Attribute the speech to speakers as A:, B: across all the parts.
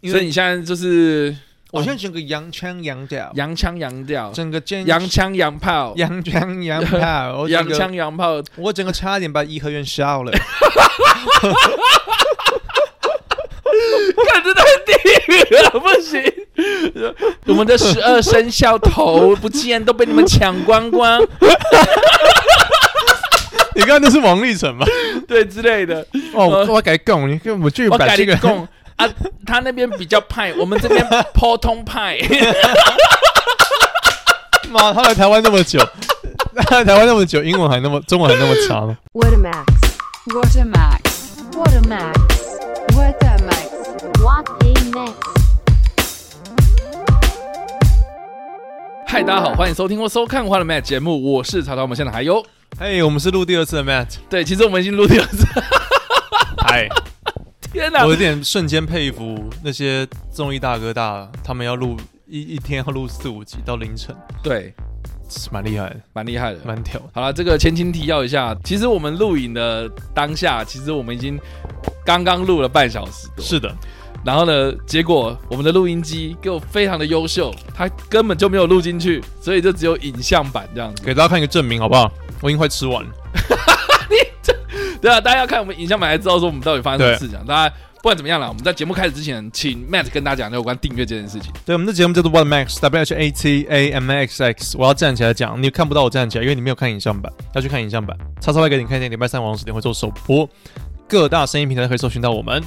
A: 因
B: 所以
A: 为
B: 你现在就是
A: 我现在整个洋腔哦洋调，
B: 洋枪洋调，
A: 整个尖
B: 洋枪洋炮，
A: 洋腔洋 调，我整
B: 洋
A: 个
B: 枪洋 炮，
A: 我整个差点把颐和园烧了。
B: 看这太地狱
A: 啊
B: 了，不行！ 我们的十二生肖头不见都被你们抢光 光，
A: 你刚刚那是王力宏吧？
B: 对之类的。
A: 哦，我我改供，你看我就
B: 我
A: 把
B: 改
A: 这
B: 立
A: 个
B: 供啊，他那边比较派，我们这边普通 派。
A: 妈，他来台湾那么久， 他来台湾那么久，英文还那么，中文还那么差吗？
C: What a max.
D: What a max.
C: What a max.
D: What a max.
C: What a max.
B: 嗨，大家好，欢迎收听或收看《花了 m a 节目，我是曹操，我们现在还有
A: 嘿，我们是录第二次的 Matt，
B: 对，其实我们已经录第二次，
A: 嗨，
B: 天哪
A: 我！有点瞬间佩服那些综艺大哥大，他们要录一一天要录四五集到凌晨，
B: 对，
A: 是蛮厉害的，
B: 蛮厉害的。
A: 蛮屌的。
B: 好了，这个前情提要一下，其实我们录影的当下，其实我们已经刚刚录了半小时多，
A: 是的，
B: 然后呢，结果我们的录音机给我非常的优秀，它根本就没有录进去，所以就只有影像版这样子。
A: 给大家看一个证明好不好？我已经快吃完了。
B: 对啊，大家要看我们影像版才知道说我们到底发生什么
A: 对
B: 事情。大家不管怎么样啦，我们在节目开始之前，请 Matt 跟大家讲有关订阅这件事情。
A: 对，我们的节目叫做 What Max W H A T A M X X。我要站起来讲，你看不到我站起来，因为你没有看影像版，要去看影像版。叉叉 Y 给你看一点，礼拜三晚上十点会做首播，各大声音平台可以搜寻到我们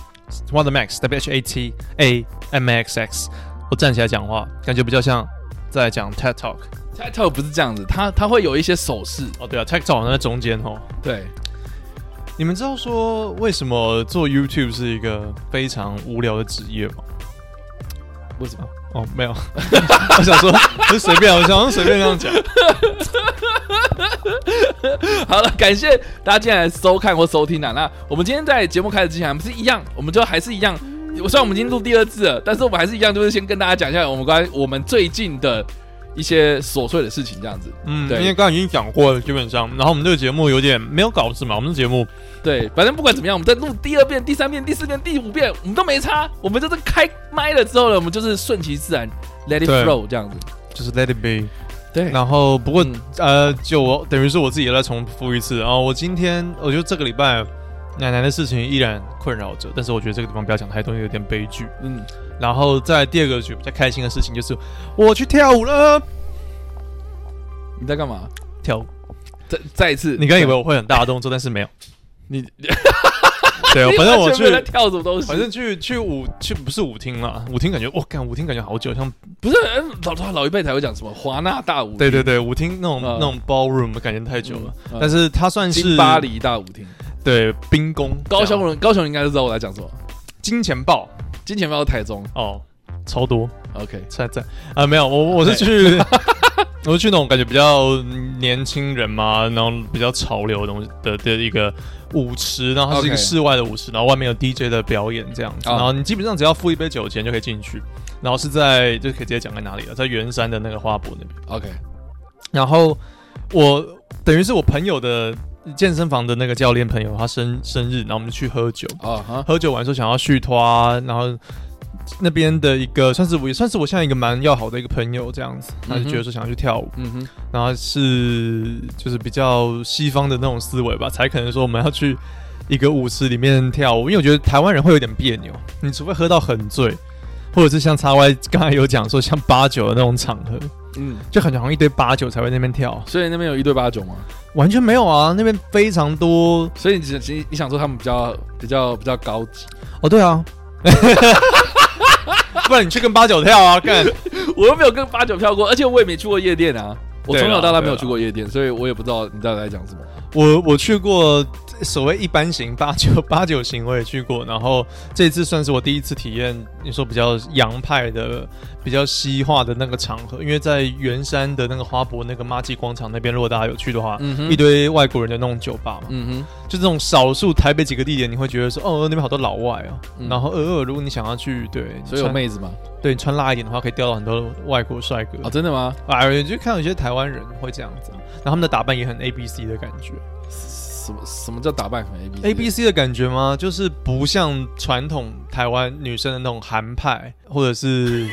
A: What Max W H A T A M X X。我站起来讲话，感觉比较像在讲 TED Talk。
B: Title 不是这样子，它它会有一些手势，
A: 哦，对啊，TED Talk 好像在中间哦。
B: 对，
A: 你们知道说为什么做 YouTube 是一个非常无聊的职业吗？
B: 为什么？
A: 哦，没有， 我想说， 就随便，我想说随便这样讲。
B: 好了，感谢大家进来收看或收听啊。那我们今天在节目开始之前，还不是一样，我们就还是一样。虽然我们已经录第二次了，但是我们还是一样，就是先跟大家讲一下我们关于我们最近的一些琐碎的事情，这样子。
A: 嗯，
B: 对
A: 因为刚刚已经讲过了，基本上。然后我们这个节目有点没有稿子嘛，我们这节目
B: 对，反正不管怎么样，我们在录第二遍、第三遍、第四遍、第五遍，我们都没差。我们就是开麦了之后呢，我们就是顺其自然，let it
A: 对
B: flow 这样子。
A: 就是 Let It Be。
B: 对，
A: 然后不过、
B: 嗯
A: 呃，就我等于是我自己也再重复一次。然后我今天，我觉得这个礼拜奶奶的事情依然困扰着，但是我觉得这个地方不要讲太多，因为有点悲剧。
B: 嗯，
A: 然后在第二个觉得比较开心的事情就是我去跳舞了，
B: 你在干嘛？
A: 跳舞。
B: 再再一次，
A: 你刚以 为我会很大的动作，但 是没有。
B: 你，
A: 对，
B: 你
A: 反正我
B: 完全
A: 去
B: 没有 在跳什么东西，
A: 反正去去舞去不是舞厅了，舞厅感觉我干、舞厅感觉好久，像
B: 不是呃老老老一辈才会讲什么华纳大舞，
A: 对对对舞厅那种、
B: 嗯
A: 那种 ballroom 感觉太久了。
B: 嗯，
A: 但
B: 是
A: 是它算是
B: 金巴黎大舞厅，
A: 对兵工
B: 高
A: 这样
B: 雄人高雄人应该都知道我在讲什么，
A: 金钱豹
B: 金钱豹台中
A: 哦，超多
B: ，OK，
A: 在在啊没有我我是去 我是去那种感觉比较年轻人嘛，然后比较潮流的东西的的一个舞池，然后它是一个
B: OK
A: 室外的舞池，然后外面有 DJ 的表演这样子，
B: 哦
A: 然后你基本上只要付一杯酒钱就可以进去，然后是在就可以直接讲在哪里了，在圆山的那个花博那边。
B: OK，
A: 然后我等于是我朋友的健身房的那个教练朋友，他生生日，然后我们去喝酒，
B: 哦哈，
A: 喝酒完说想要续托啊，然后那边的一个算是我也算是我现在一个蛮要好的一个朋友这样子，他就觉得说想要去跳舞，
B: 嗯哼，
A: 然后是就是比较西方的那种思维吧，才可能说我们要去。一个舞池里面跳舞，因为我觉得台湾人会有点别扭，你除非喝到很醉，或者是像叉 Y 刚才有讲说像八九的那种场合，
B: 嗯，
A: 就很像一堆八九才会在那边跳，
B: 所以那边有一对八九吗？
A: 完全没有啊，那边非常多
B: 所以你只你你想说他们比较比较比较高级？
A: 哦。对啊，不然你去跟八九跳啊， 干。
B: 我又没有跟八九跳过，而且我也没去过夜店啊。我
A: 对啦
B: 从小到大没有去过夜店，所以我也不知道你到底在讲什么。
A: 我我去过所谓一般型八九 八九型，我也去过。然后这次算是我第一次体验，你说比较洋派的、比较西化的那个场合，因为在圆山的那个花博那个妈记广场那边，如果大家有去的话，
B: 嗯哼
A: 一堆外国人的那种酒吧嘛，
B: 嗯
A: 就这种少数台北几个地点，你会觉得说，哦，那边好多老外哦。
B: 嗯
A: 然后偶尔如果你想要去，对，
B: 哼，所以有
A: 穿
B: 妹子吗？
A: 对你穿辣一点的话，可以钓到很多外国帅哥
B: 哦，。真的吗？
A: 啊啊，我就看到有些台湾人会这样子，然后他们的打扮也很 A B C 的感觉。
B: 什么什么叫打扮很 A B
A: A B C 的感觉吗？就是不像传统台湾女生的那种韩派，或者是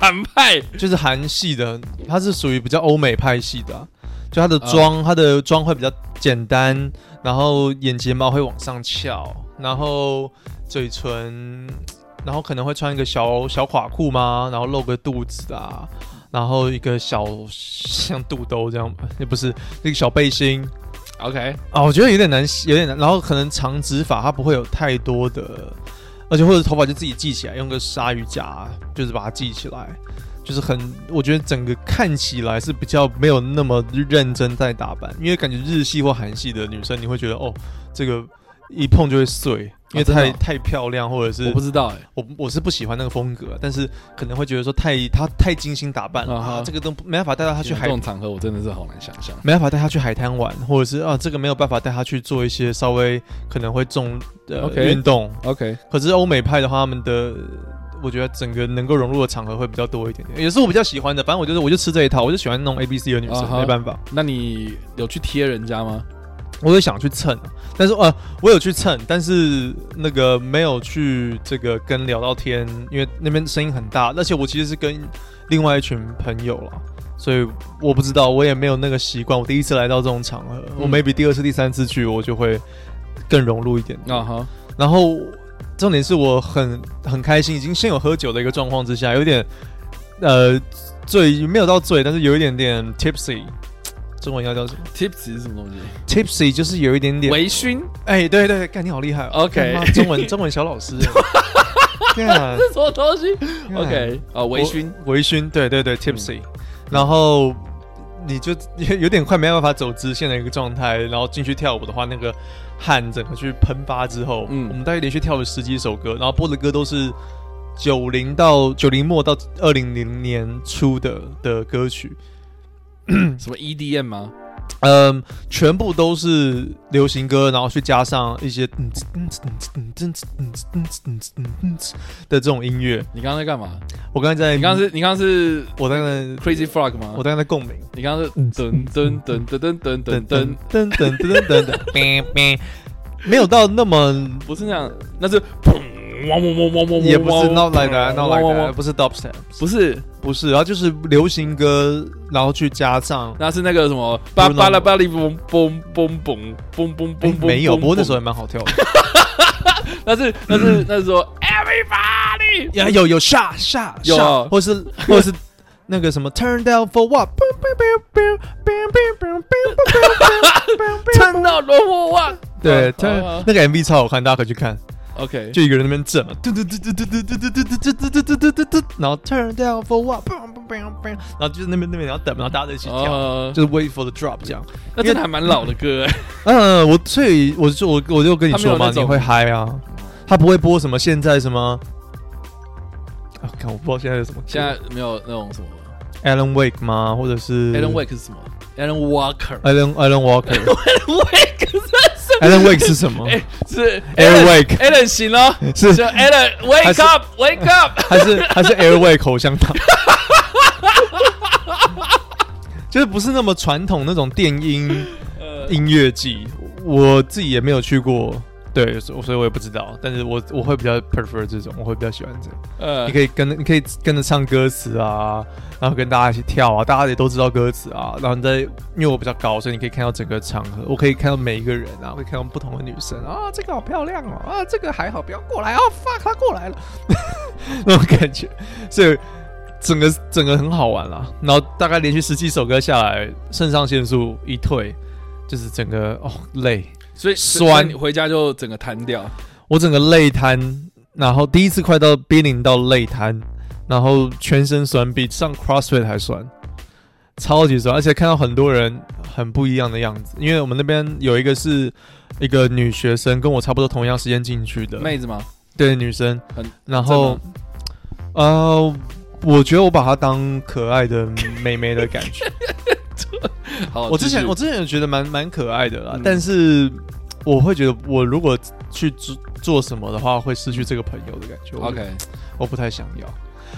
B: 韩派
A: 就是韩系的，它是属于比较欧美派系的啊、就它的妆，它的妆会比较简单，然后眼睫毛会往上翘，然后嘴唇，然后可能会穿一个小小垮裤吗？然后露个肚子啊，然后一个小像肚兜这样，也不是那个小背心，
B: ，OK，
A: 啊，我觉得有点难，有点难。然后可能长直发它不会有太多的，而且或者头发就自己系起来，用个鲨鱼夹就是把它系起来，就是很，我觉得整个看起来是比较没有那么认真在打扮，因为感觉日系或韩系的女生你会觉得哦，这个一碰就会碎，因为
B: 哦真的
A: 太、
B: 哦
A: 太漂亮或者是
B: 我不知道哎、
A: 我我是不喜欢那个风格，但是可能会觉得说太她太精心打扮了、
B: 啊哈
A: 啊，这个都不没办法带到她去
B: 这
A: 海
B: 种场合我真的是好难想象。
A: 没办法带他去海滩玩，或者是啊，这个没有办法带他去做一些稍微可能会重呃
B: OK
A: 运动。
B: OK，
A: 可是欧美派的话，他们的我觉得整个能够融入的场合会比较多一点点，也是我比较喜欢的。反正我就是我就吃这一套，我就喜欢弄 A B C 的女生
B: 啊哈
A: 没办法，
B: 那你有去贴人家吗？
A: 我也想去蹭，但是呃，我有去蹭，但是那个没有去这个跟聊到天，因为那边声音很大，而且我其实是跟另外一群朋友啦，所以我不知道，我也没有那个习惯。我第一次来到这种场合，我
B: 嗯
A: maybe 第二次、第三次去，我就会更融入一点
B: 啊哈，
A: 然后重点是我很很开心，已经先有喝酒的一个状况之下，有点呃醉，没有到醉，但是有一点点 tipsy，中文要叫什么
B: tips 是什么东西？
A: ？tipsy 就是有一点点
B: 微醺，
A: 哎、对对，对干你好厉害哦
B: OK
A: 干妈中文 中文小老师，对啊
B: 这什么东西？OK，啊，微醺，嗯
A: 微醺，对对对，tipsy，、然后你就 有点快没办法走直线的一个状态，然后进去跳舞的话，那个汗整个去喷发之后，
B: 嗯
A: 我们大概连续跳了十几首歌，然后播的歌都是九零到九零末到二零零年初的的歌曲，
B: 什么 EDM 吗？
A: 嗯，全部都是流行歌，然后去加上一些嗯嗯嗯嗯嗯嗯嗯的这种音乐。
B: 你刚刚在干嘛？
A: 我刚才在，
B: 你刚刚是，你刚刚是
A: 我在那，
B: Crazy Frog 吗？
A: 我在那共鸣，
B: 你刚刚是
A: 嗯
B: 噔噔噔噔噔噔噔
A: 噔噔
B: 噔，
A: 噔噔噔噔噔， 哔哔，没有到那么，
B: 不是那样，那是砰，汪汪汪汪汪，
A: 也不是 not like
B: 来
A: that，not
B: 来
A: like that，不是 dubstep，
B: 不是，
A: 不是，然后就是流行歌，然后去加上。
B: 那是那个什么巴巴拉巴里嘣嘣嘣嘣嘣嘣
A: 哎
B: 嘣，
A: 没有，不过那首也蛮好跳的。
B: 那是那是那是说 everybody，
A: 呀，有有下下
B: 有
A: 下，或是或是那个什么 turn down for what？
B: 看到罗伯旺，
A: 对，
B: 好
A: turn
B: 好
A: 那个 MV 超好看，大家可以去看。
B: OK，
A: 就一个人在那边震嘛，嘟嘟嘟嘟嘟嘟嘟嘟嘟嘟嘟嘟嘟嘟嘟，然后 turn down for what？然后就是那边那边然后等，然后大家在一起跳，
B: 呃，
A: 就是 wait for the drop 这样。
B: 那真的还蛮老的歌欸，
A: 嗯，我所以我就我我就跟你
B: 他没有
A: 说嘛，
B: 那
A: 你
B: 种
A: 会嗨啊，他不会播什么现在什么。啊，看我不知道现在有什么歌，
B: 现在没有那种什么
A: Alan Wake 吗？或者是
B: Alan Wake 是什么？Alan Walker，Alan
A: Alan Alan Walker
B: Wake 是什么
A: Alan Wake 是什么？
B: 哎，是
A: Alan
B: Alan
A: Wake
B: Alan 醒了，
A: 是
B: 就 Alan
A: 还
B: wake
A: 是
B: up wake up，
A: 还是还是 Air Wake 口 香糖？就是不是那么传统那种电音
B: 呃
A: 音乐季，我自己也没有去过，对，所所以我也不知道。但是我我会比较 prefer 这种，我会比较喜欢这种。
B: 呃
A: 你可以跟你可以跟着唱歌词啊，然后跟大家一起跳啊，大家也都知道歌词啊。然后你在，因为我比较高，所以你可以看到整个场合，我可以看到每一个人啊，会看到不同的女生啊，这个好漂亮哦，啊，这个还好，不要过来啊，fuck，她过来了， 那种感觉，所以整个整个很好玩啦。然后大概连续十几首歌下来，肾上腺素一退，就是整个哦累，
B: 所以
A: 酸
B: 所以你回家就整个瘫掉。
A: 我整个累瘫，然后第一次快到濒临到累瘫，然后全身酸，比上 CrossFit 还酸，超级酸，而且看到很多人很不一样的样子，因为我们那边有一个是一个女学生，跟我差不多同样时间进去的，
B: 妹子吗？
A: 对女生
B: 很，
A: 然后呃，我觉得我把她当可爱的妹妹的感觉。
B: 好，
A: 我之
B: 继
A: 前
B: 续
A: 我之前有觉得蛮蛮可爱的啦，
B: 嗯
A: 但是我会觉得我如果去做做什么的话，会失去这个朋友的感觉。我
B: OK
A: 我不太想要，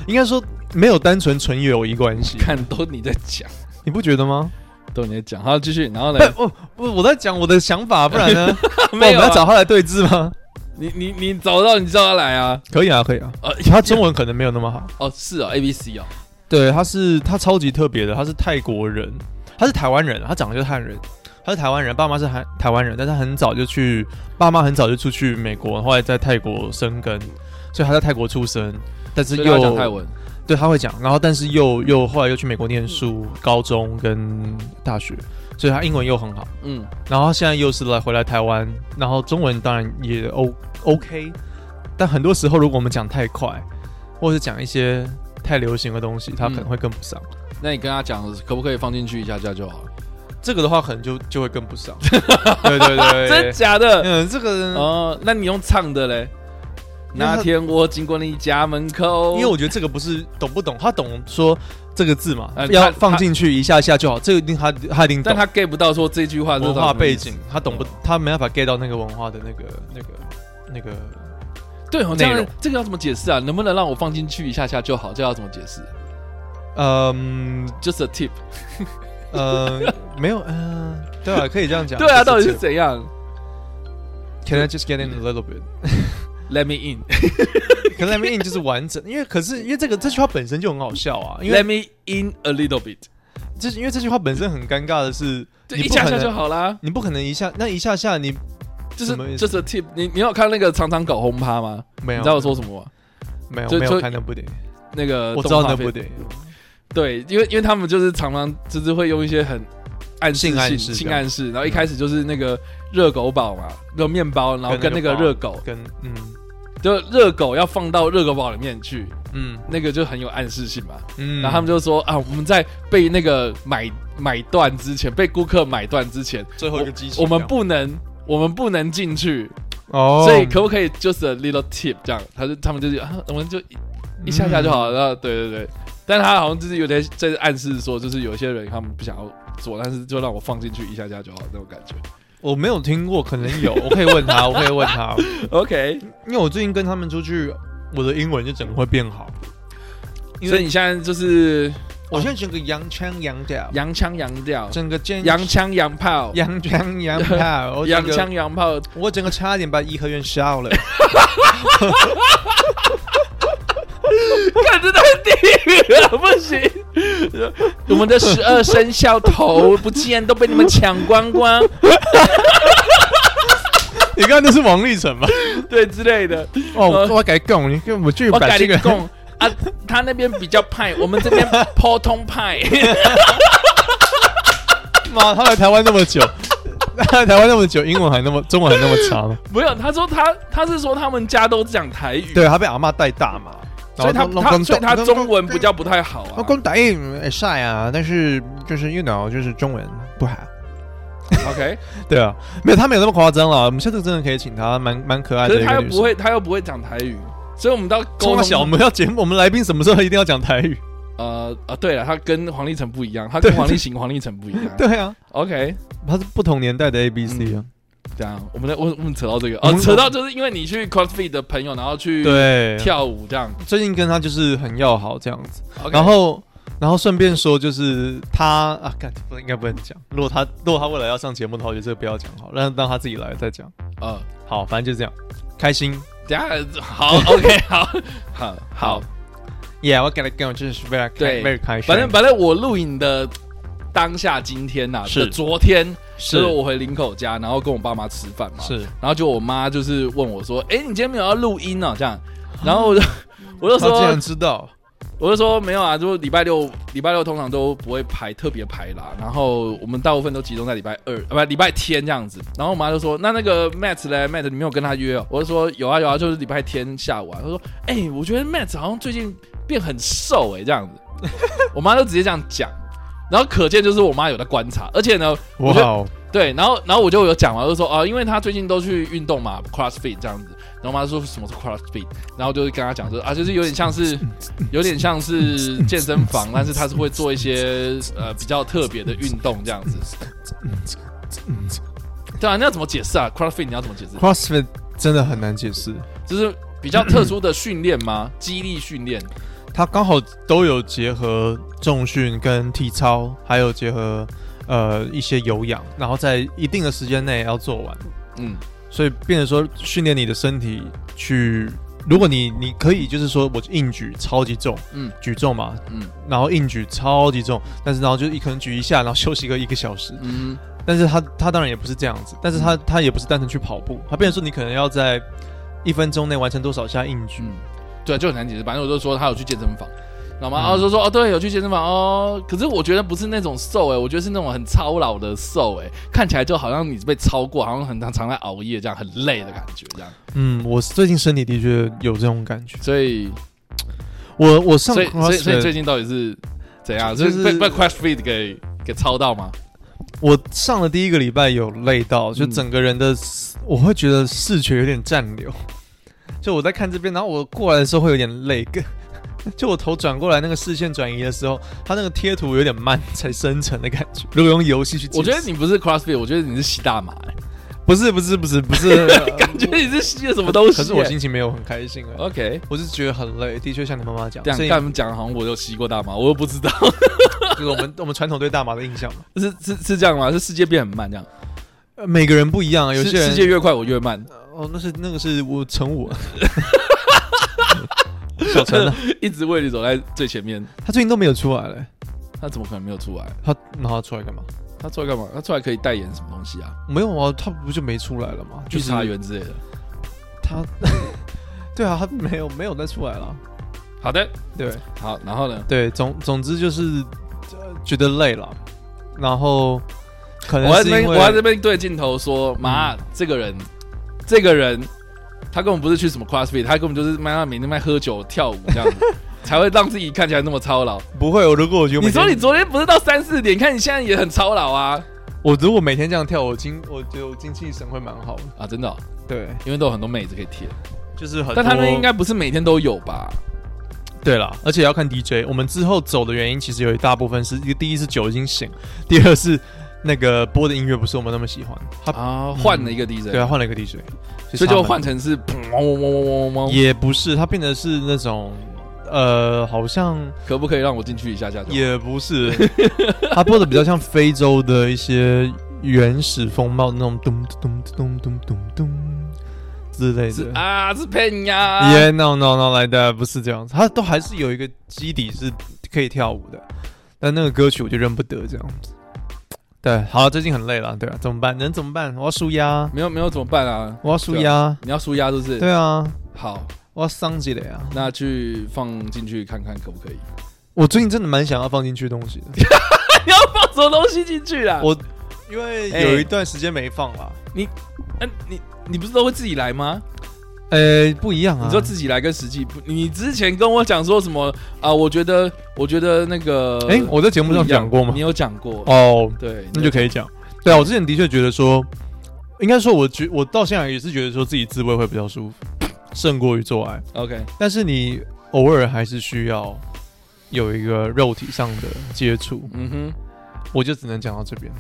A: 应该说没有单纯纯友谊关系，
B: 看都你在讲，
A: 你不觉得吗？哎哦
B: 都你在讲，好继续，然 后呢？
A: 不，我我我在讲我的想法，不然呢？那
B: 哎 没
A: 我
B: 有
A: 们
B: 啊
A: 要找他来对峙吗？
B: 你，你你找到你叫他来啊？
A: 可以啊，可以啊。
B: 呃，
A: 他中文可能没有那么好。
B: 哦是哦，A B C 哦，
A: 对，他是他超级特别的，他是泰国人，他是台湾人，他长得就是汉人，他是台湾人，爸妈是韩台湾人，但是他很早就去，爸妈很早就出去美国，后来在泰国生根，所以他在泰国出生，但是
B: 所以他
A: 又
B: 讲泰文，
A: 对，他会讲，然后但是又又后来又去美国念书，高中跟大学，所以他英文又很好，
B: 嗯，
A: 然后他现在又是来回来台湾，然后中文当然也 O OK，但很多时候如果我们讲太快，或是讲一些太流行的东西，他可能会跟不上。
B: 那你跟他讲可不可以放进去一下下就好了？
A: 这个的话，可能就就会跟不上。对对对，
B: 真假的？
A: 嗯，这个，
B: 哦，那你用唱的嘞？
A: 因为他
B: 那天我经过你家门口，
A: 因为我觉得这个不是懂不懂，他懂说这个字嘛，
B: 呃他
A: 要放进去一下下就好，这个一定他他一定懂
B: 但。他 get 不到说这句话是
A: 文
B: 到底
A: 化
B: 什么意
A: 背
B: 思
A: 景，他懂不？他没办法 get 到那个文化的那个那个那个。
B: 对哦，这
A: 内
B: 样
A: 容
B: 这个要怎么解释啊？能不能让我放进去一下下就好？这要怎么解释
A: 嗯
B: ？Just a tip。
A: 呃，没有，嗯、呃，对啊，可以这样讲。
B: 对啊，
A: 就
B: 到底是
A: 这
B: 怎样
A: Can I just get in a little bit？
B: ？Let me in，Let
A: 可能 I mean 就是完整，因为可是因为这 个这句话本身就很好笑啊，因为
B: me in a little bit，
A: 这因为这句话本身很尴尬的是，
B: 就
A: 你
B: 一
A: 不可
B: 下下
A: 能
B: 就好啦。
A: 你不可能一下那一下下你
B: 就是
A: 什么意思
B: just a tip，你你有看那个常常搞轰趴吗？
A: 没
B: 你
A: 有，
B: 知道我说什么吗？
A: 没有
B: 就
A: 没有
B: 就
A: 看那部电影，
B: 那个
A: 我知道
B: 动画
A: 那
B: 片
A: 部电影，
B: 对，因为因为他们就是常常就是会用一些很暗示
A: 性暗
B: 性
A: 示
B: 性
A: 这样
B: 暗示，然后一开始就是那个热狗堡嘛，那个面包，然后跟那个热狗，
A: 跟嗯
B: 就热狗要放到热狗堡里面去，
A: 嗯
B: 那个就很有暗示性嘛。
A: 嗯，
B: 然后他们就说啊，我们在被那个买买断之前，被顾客买断之前，
A: 最后一个机器
B: 我们不能，我们不能进去，
A: 哦，
B: 所以可不可以 just a little tip 这样？他就他们就是啊，我们就一一下下就
A: 嗯
B: 好了。然后对对对，但他好像就是有点在暗示说，就是有些人他们不想要做，但是就让我放进去一下下就好那种感觉。
A: 我没有听过，可能有，我可以问他，我可以问他，
B: OK，
A: 因为我最近跟他们出去，我的英文就整个会变好。因为
B: 所以你现在就是
A: 我现在整个洋腔洋调，
B: 洋腔洋调，
A: 整个尖
B: 洋腔洋炮，
A: 洋腔洋 调，我整
B: 洋
A: 个
B: 腔洋 炮，
A: 我整个差点把颐和园烧了。
B: 看这太地狱了，不行！ 我们的十二生肖头不见，都被你们抢光光，
A: 你刚刚那是王力成吧？
B: 对之类的。
A: 哦，我改供你，我去
B: 我
A: 把
B: 改
A: 这
B: 你
A: 个
B: 供啊，他那边比较派，我们这 边普通派。
A: 妈，他来台湾那么久， 他来台湾那么久，英文还那么，中文还那么长。
B: 没有，他说他他是说他们家都讲台语，
A: 对，他被阿妈带大嘛，
B: 所以他
A: 然后
B: 他所以他中文比。
A: 弄弄弄
B: 较不太好
A: 我
B: 啊。
A: 讲台语会晒啊，但是就是 you know，就是中文不好。
B: OK，
A: 对啊，没有他没有那么夸张啦。我们下次真的可以请他，蛮蛮可爱
B: 可
A: 的一
B: 是
A: 个
B: 他又
A: 女
B: 不
A: 生。
B: 会，他又不会讲台语，所以我们到沟
A: 从小我
B: 通。
A: 们要节目，我们来宾什么时候一定要讲台语？
B: 呃啊，对了，他跟黄立成不一样，他跟
A: 对
B: 黄立行、黄立成不一样。
A: 对啊，
B: OK，
A: 他是不同年代的 A B C 啊。
B: 这样，我们的我我们扯到这个
A: 我
B: 哦，
A: 们
B: 扯到就是因为你去 CrossFit 的朋友，然后去
A: 对，
B: 跳舞这样。
A: 最近跟他就是很要好这样子，
B: OK
A: 然后。然后顺便说，就是他啊，干不能应该不能讲。如果他如果他未来要上节目的话，我觉得这个不要讲好，让让他自己来再讲。
B: 呃，
A: 好，反正就这样，开心。
B: 等一下好 OK 好好好，
A: Yeah，我 gotta go，真的是非常
B: 对
A: 开，very 开心。
B: 反正反正我录影的当下今天呐、
A: 是
B: 的昨天就是是我回林口家，然后跟我爸妈吃饭嘛，
A: 是，
B: 然后就我妈就是问我说：“哎、你今天没有要录音哦、这样，然后我就 我就
A: 他竟
B: 说
A: 然知道，
B: 我就说没有啊，就礼拜六，礼拜六通常都不会排特别排啦。然后我们大部分都集中在礼拜二，啊不礼拜天这样子。然后我妈就说：“那那个 Matt 嘞，Matt 你没有跟他约哦？”我就说：“有啊有啊，就是礼拜天下午啊。”她说：“哎、我觉得 Matt 好像最近变很瘦哎、这样子。”我妈就直接这样讲，然后可见就是我妈有在观察，而且呢，我觉得
A: 哇，哦
B: 对，然后然后我就有讲嘛，就说啊，因为他最近都去运动嘛，CrossFit 这样子。然后我妈说什么是 CrossFit，然后就是跟他讲说啊，就是有点像是，有点像是健身房，但是他是会做一些呃比较特别的运动这样子。对啊，那要怎么解释啊？CrossFit 你要怎么解释？
A: CrossFit 真的很难解释，
B: 就是比较特殊的训练吗？激励训练？
A: 它刚好都有结合重训跟体操，还有结合呃一些有氧，然后在一定的时间内要做完，
B: 嗯，
A: 所以变成说训练你的身体去。如果你你可以就是说我硬举超级重，
B: 嗯
A: 嗯，举重嘛，
B: 嗯
A: 嗯，然后硬举超级重，但是然后就一可能举一下，然后休息个一个小时，
B: 嗯
A: 但是他他当然也不是这样子，但是他他也不是单纯去跑步，他变成说你可能要在一分钟内完成多少下硬举，
B: 嗯，对，就很难解释。反正我就说他有去健身房，知道吗？然
A: 嗯
B: 后就说哦，对，有去健身房哦。可是我觉得不是那种瘦哎、我觉得是那种很操劳的瘦哎、看起来就好像你被超过，好像很常常在熬夜这样，很累的感觉这样。
A: 嗯，我最近身体的确有这种感觉。
B: 所以，
A: 我我上
B: 所以，所以，所以最
A: CrossFit，
B: 近到底是怎样？就
A: 就是是
B: 被被 CrossFit 给给操到吗？
A: 我上了第一个礼拜有累到，就整个人的、我会觉得视觉有点暂留， 就我在看这边，然后我过来的时候会有点累， 跟就我头转过来那个视线转移的时候，它那个贴图有点慢才生成的感觉。 如果用游戏去解释，
B: 我觉得你不是 CrossFit，我觉得你是吸大麻、欸，
A: 不是不是不是不是，
B: 感觉你是吸了什么东西、欸。欸
A: 可是我心情没有很开心啊，
B: OK，
A: 我是觉得很累，的确像你妈妈讲，
B: 这样
A: 所以
B: 干嘛讲好像我有吸过大麻，我又不知道，
A: 这个我们我 们传统对大麻的印象嘛，
B: 是是是这样吗？是世界变很慢这样？
A: 呃每个人不一样啊，有
B: 世
A: 些人
B: 世界越快我越慢，
A: 哦，那是那个是我陈 武，小陈啊，
B: 一直为你走在最前面，
A: 他最近都没有出来嘞，
B: 他怎么可能没有出来？
A: 他那他出来干嘛？
B: 他出来干嘛？他出来可以代言什么东西啊？
A: 没有啊，他不就没出来了吗？
B: 去
A: 就是
B: 茶园之类的。
A: 他， 对啊，他没有没有再出来了，
B: 好的，
A: 对
B: 好，然后呢？
A: 对，总总之就是、呃觉得累了，然后可能
B: 我在
A: 是
B: 这边，
A: 因
B: 我
A: 为嗯
B: 在这边对镜头说，妈，这个人，这个人，他根本不是去什么 CrossFit，他根本就是妈每天在喝酒跳舞这样子， 才会让自己看起来那么操劳。
A: 不会，我如果我觉得
B: 你说你
A: 做
B: 昨天不是到三四点，你看你现在也很操劳啊
A: 我如果每天这样跳，我精我觉得我精气神会蛮好的，
B: 啊，真的哦、
A: 对，
B: 因为都有很多妹子可以贴，
A: 就是很
B: 但他们应
A: 该。
B: 该不是每天都有吧？
A: 对啦，而且要看 DJ。我们之后走的原因，其实有一大部分是一个第一是酒精醒，第二是那个播的音乐不是我们那么喜欢，他、
B: 啊，换了一个 DJ，、
A: 对啊换了一个 DJ，
B: 所以就换
A: 成
B: 成是砰嗡嗡嗡嗡嗡嗡，
A: 也不是，他变得是那种呃，好像
B: 可不可以让我进去一下下就好？
A: 也 不是，他播的比较像非洲的一些原始风貌那种咚咚咚咚咚咚之类
B: 是
A: 的。
B: 啊，是骗呀。
A: 耶、no no no 来的不是这样子，他都还是有一个基底是可以跳舞的，但那个歌曲我就认不得这样子。对，好，最近很累了，对啊，怎么办？能怎么办？我要舒压，
B: 没有没有怎么办啊？
A: 我要舒压，
B: 你要输压是不是？
A: 对啊，
B: 好，
A: 我要伤积累啊。
B: 那去放进去看看可不可以？
A: 我最近真的蛮想要放进去东西的，
B: 你要放 什么东西进去啊啦？
A: 我 因为
B: 哎
A: 有一段时间没放了。
B: 嗯、你你不是都会自己来吗？
A: 呃、不一样啊！
B: 你说自己来跟实际不？你之前跟我讲说什么啊？我觉得我觉得那个
A: 哎、我在节目
B: 不一样
A: 上讲过吗
B: 你？有讲过？
A: 哦，
B: 对，
A: 那就可以讲。对啊，我之前的确觉得说，应该说我觉我到现在也是觉得说自己自慰会比较舒服，胜过于做爱。
B: OK。
A: 但是你偶尔还是需要有一个肉体上的接触，
B: 嗯哼，
A: 我就只能讲到这边，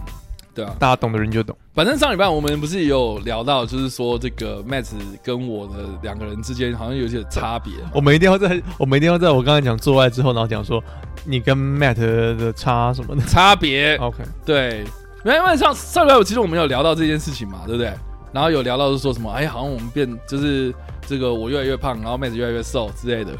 B: 对啊，
A: 大家懂的人就懂。
B: 反正上礼拜我们不是也有聊到，就是说这个 Matt 跟我的两个人之间好像有一些差别。
A: 我们一定要在，我们一定要在我刚才讲做爱之后，然后讲说你跟 Matt 的差什么的。
B: 差别
A: OK，
B: 对，没有因为上上礼拜我其实我们有聊到这件事情嘛，对不对？然后有聊到是说什么，哎，好像我们变就是这个我越来越胖，然后妹子越来越瘦之类的。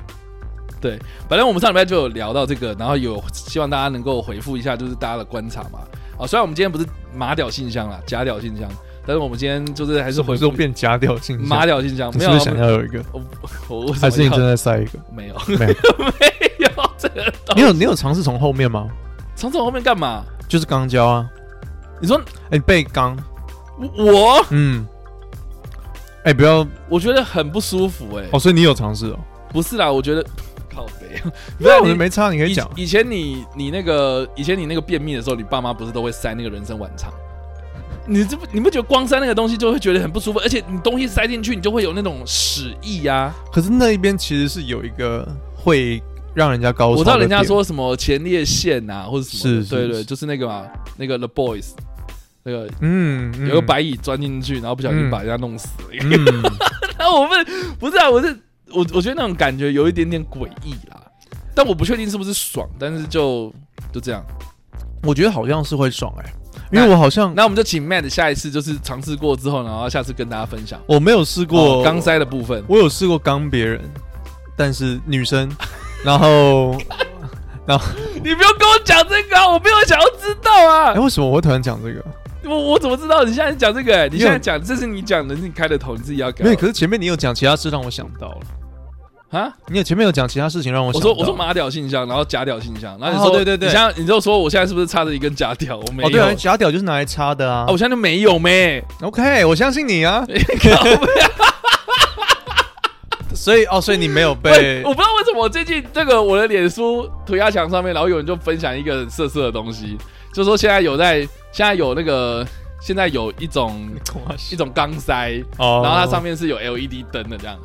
B: 对，反正我们上礼拜就有聊到这个，然后有希望大家能够回复一下，就是大家的观察嘛。啊，虽然我们今天不是马屌信箱啦，假屌信箱，但是我们今天就是还是回
A: 我 说
B: 复
A: 变假屌性向
B: 马屌信箱，
A: 你
B: 没
A: 是
B: 有啊
A: 不是想要有一个？
B: 我我我为什么
A: 还是你
B: 要
A: 正 在塞一个？
B: 没有
A: 没有，
B: 没有这个东
A: 你
B: 西，
A: 有你有尝试从后面吗？
B: 从这后面干嘛？
A: 就是肛交啊，
B: 你说
A: 哎、你被肛，
B: 我
A: 嗯，哎、不要
B: 我觉得很不舒服哎、
A: 哦，所以你有尝试哦，
B: 不是啦，我觉得靠 北，不
A: 那
B: 是啊
A: 我觉得
B: 你。
A: 没差，你可以讲，
B: 以以前你你那个以前你那个便秘的时候，你爸妈不是都会塞那个人参丸肠？你这不你不觉得光塞那个东西就会觉得很不舒服，而且你东西塞进去，你就会有那种屎意啊呀、
A: 可是那一边其实是有一个会让人家高潮，
B: 我知道人家，说什么前列腺啊，或者什么的，
A: 是是
B: 对对，
A: 是
B: 就是那个嘛，那个 The Boys，那个
A: 嗯，嗯
B: 有个，白蚁钻进去，然后不小心
A: 嗯
B: 把人家弄死了。
A: 嗯，
B: 那 我们不是啊，我是我，我觉得那种感觉有一点点诡异啦，但我不确定是不是爽，但是就就这样。
A: 我觉得好像是会爽哎、
B: 那
A: 因为我好像
B: 那我们就请 Matt 下一次就是尝试过之后，然后下次跟大家分享
A: 我没有试过
B: 哦钢塞的部分。
A: 我有试过刚别人，但是 女生，然后，然后，
B: 你不要跟我讲这个、啊，我没有想要知道啊
A: 哎、！为什么我会突然讲这个？
B: 我我怎么知道你现在讲这个、欸？你
A: 因为
B: 现在讲，这是你讲的，你开的头，你自己要改
A: 没有，可是前面你有讲其他事让我想到了，
B: 啊！
A: 你有前面有讲其他事情让我
B: 我
A: 想到。哦
B: 说我说马屌信箱，然后假屌信箱，然后你说、
A: 哦对对对
B: 你像你就说我现在是不是插着一根假屌？我没有，哦
A: 哦，对啊，
B: 啊
A: 假屌就是拿来插的啊。
B: 我现在就没有咩。
A: OK，我相信你 啊。
B: 靠背
A: 所以哦，所以你没有
B: 喂
A: 被
B: 我不知道为什么我最近这个我的脸书涂鸦墙上面，然后有人就分享一个很色色的东西，就说现在有在现在有那个现在有一种一种钢塞，
A: 哦
B: 然后它上面是有 LED 灯的这样，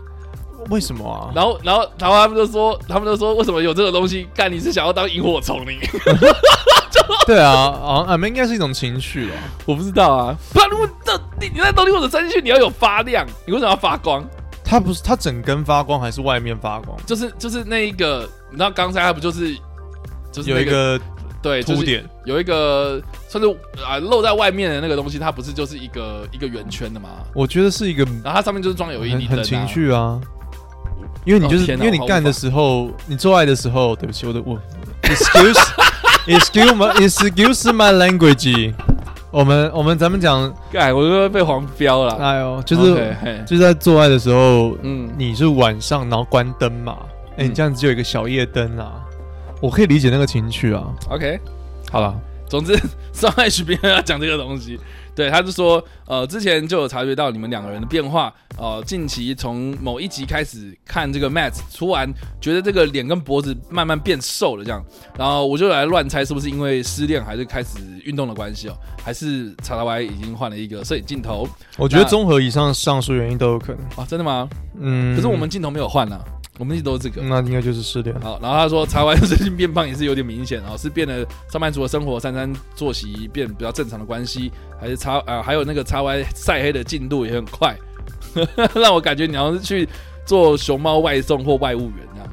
A: 为什么啊？
B: 然后然后然后他们就说他们就说为什么有这个东西？干你是想要当萤火虫你？
A: 对啊，好像啊，应该是一种情绪啊。
B: 我不知道啊，不然如果这你你那东西我者伸进去，你要有发亮，你为什么要发光？
A: 它不是它整根发光还是外面发光？
B: 就是就是那一个，你知道钢塞它不就是就是、
A: 有一个
B: 对
A: 凸
B: 就是
A: 点，
B: 有一个算是啊、露在外面的那个东西，它不是就是一个一个圆圈的嘛？
A: 我觉得是一个
B: 然后它上面就是装有 LED 灯、
A: 很
B: 啊
A: 很情。绪啊，因为你就是、
B: 哦天哪
A: 因为
B: 我
A: 你
B: 好
A: 干的时候，你做爱的时候，对不起，我的我 excuse excuse my excuse my language，我 们我们咱们讲，
B: 干，我就会被黄标了。
A: 哎呦，就是
B: OK，嘿
A: 就是在做爱的时候，
B: 嗯，
A: 你是晚上然后关灯嘛，哎、
B: 嗯
A: 你这样子就有一个小夜灯啊，我可以理解那个情绪啊，
B: OK，
A: 好了，
B: 总之， 上海徐别人要讲这个东西，对，他就说，呃，之前就有察觉到你们两个人的变化，呃，近期从某一集开始看这个 Matt，突然觉得这个脸跟脖子慢慢变瘦了这样，然后我就来乱猜是不是因为失恋还是开始运动的关系哦，还是查拉 Y 已经换了一个摄影镜头
A: 我觉得
B: 那
A: 综合以上上述原因都有可能，
B: 啊？真的吗？
A: 嗯，
B: 可是我们镜啊头没有换啊，我们一直都是这个。
A: 那应该就是失恋，
B: 好，然后他说查完最近变胖也是有点明显哦，是变得上班族的生活、三餐作息变比较正常的关系，还是查呃还有那个查完晒黑的进度也很快， 让我感觉你好像是去做熊猫外送或外务员这样。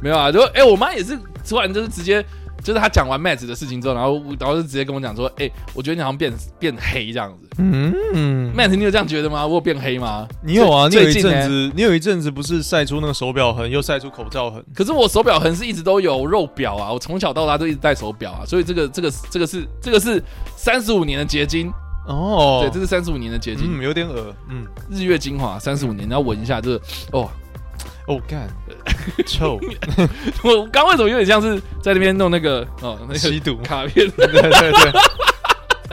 B: 没有啊，就哎、我妈也是突然就是直接。就是她讲完 Matt 的事情之后，然后然后就直接跟我讲说，哎、我觉得你好像变变黑这样子。
A: 嗯。
B: Matt，你有这样觉得吗？我有变黑吗？
A: 你有啊？你有
B: 最
A: 一
B: 近呢
A: 阵子，你有一阵子不是晒出那个手表痕，又晒出口罩痕，
B: 可是我手表痕是一直都有肉表啊，我从小到大都一直戴手表啊，所以这个这个这个是这个是三十五年的结晶，
A: 哦，
B: 对，这是三十五年的结晶，
A: 嗯有点恶，嗯，
B: 日月精华三十五年，你要闻一下，就是哦，
A: 哦干，臭，
B: 我我刚为什么有点像是在那边弄那个哦那个，
A: 吸毒
B: 卡片，
A: 对对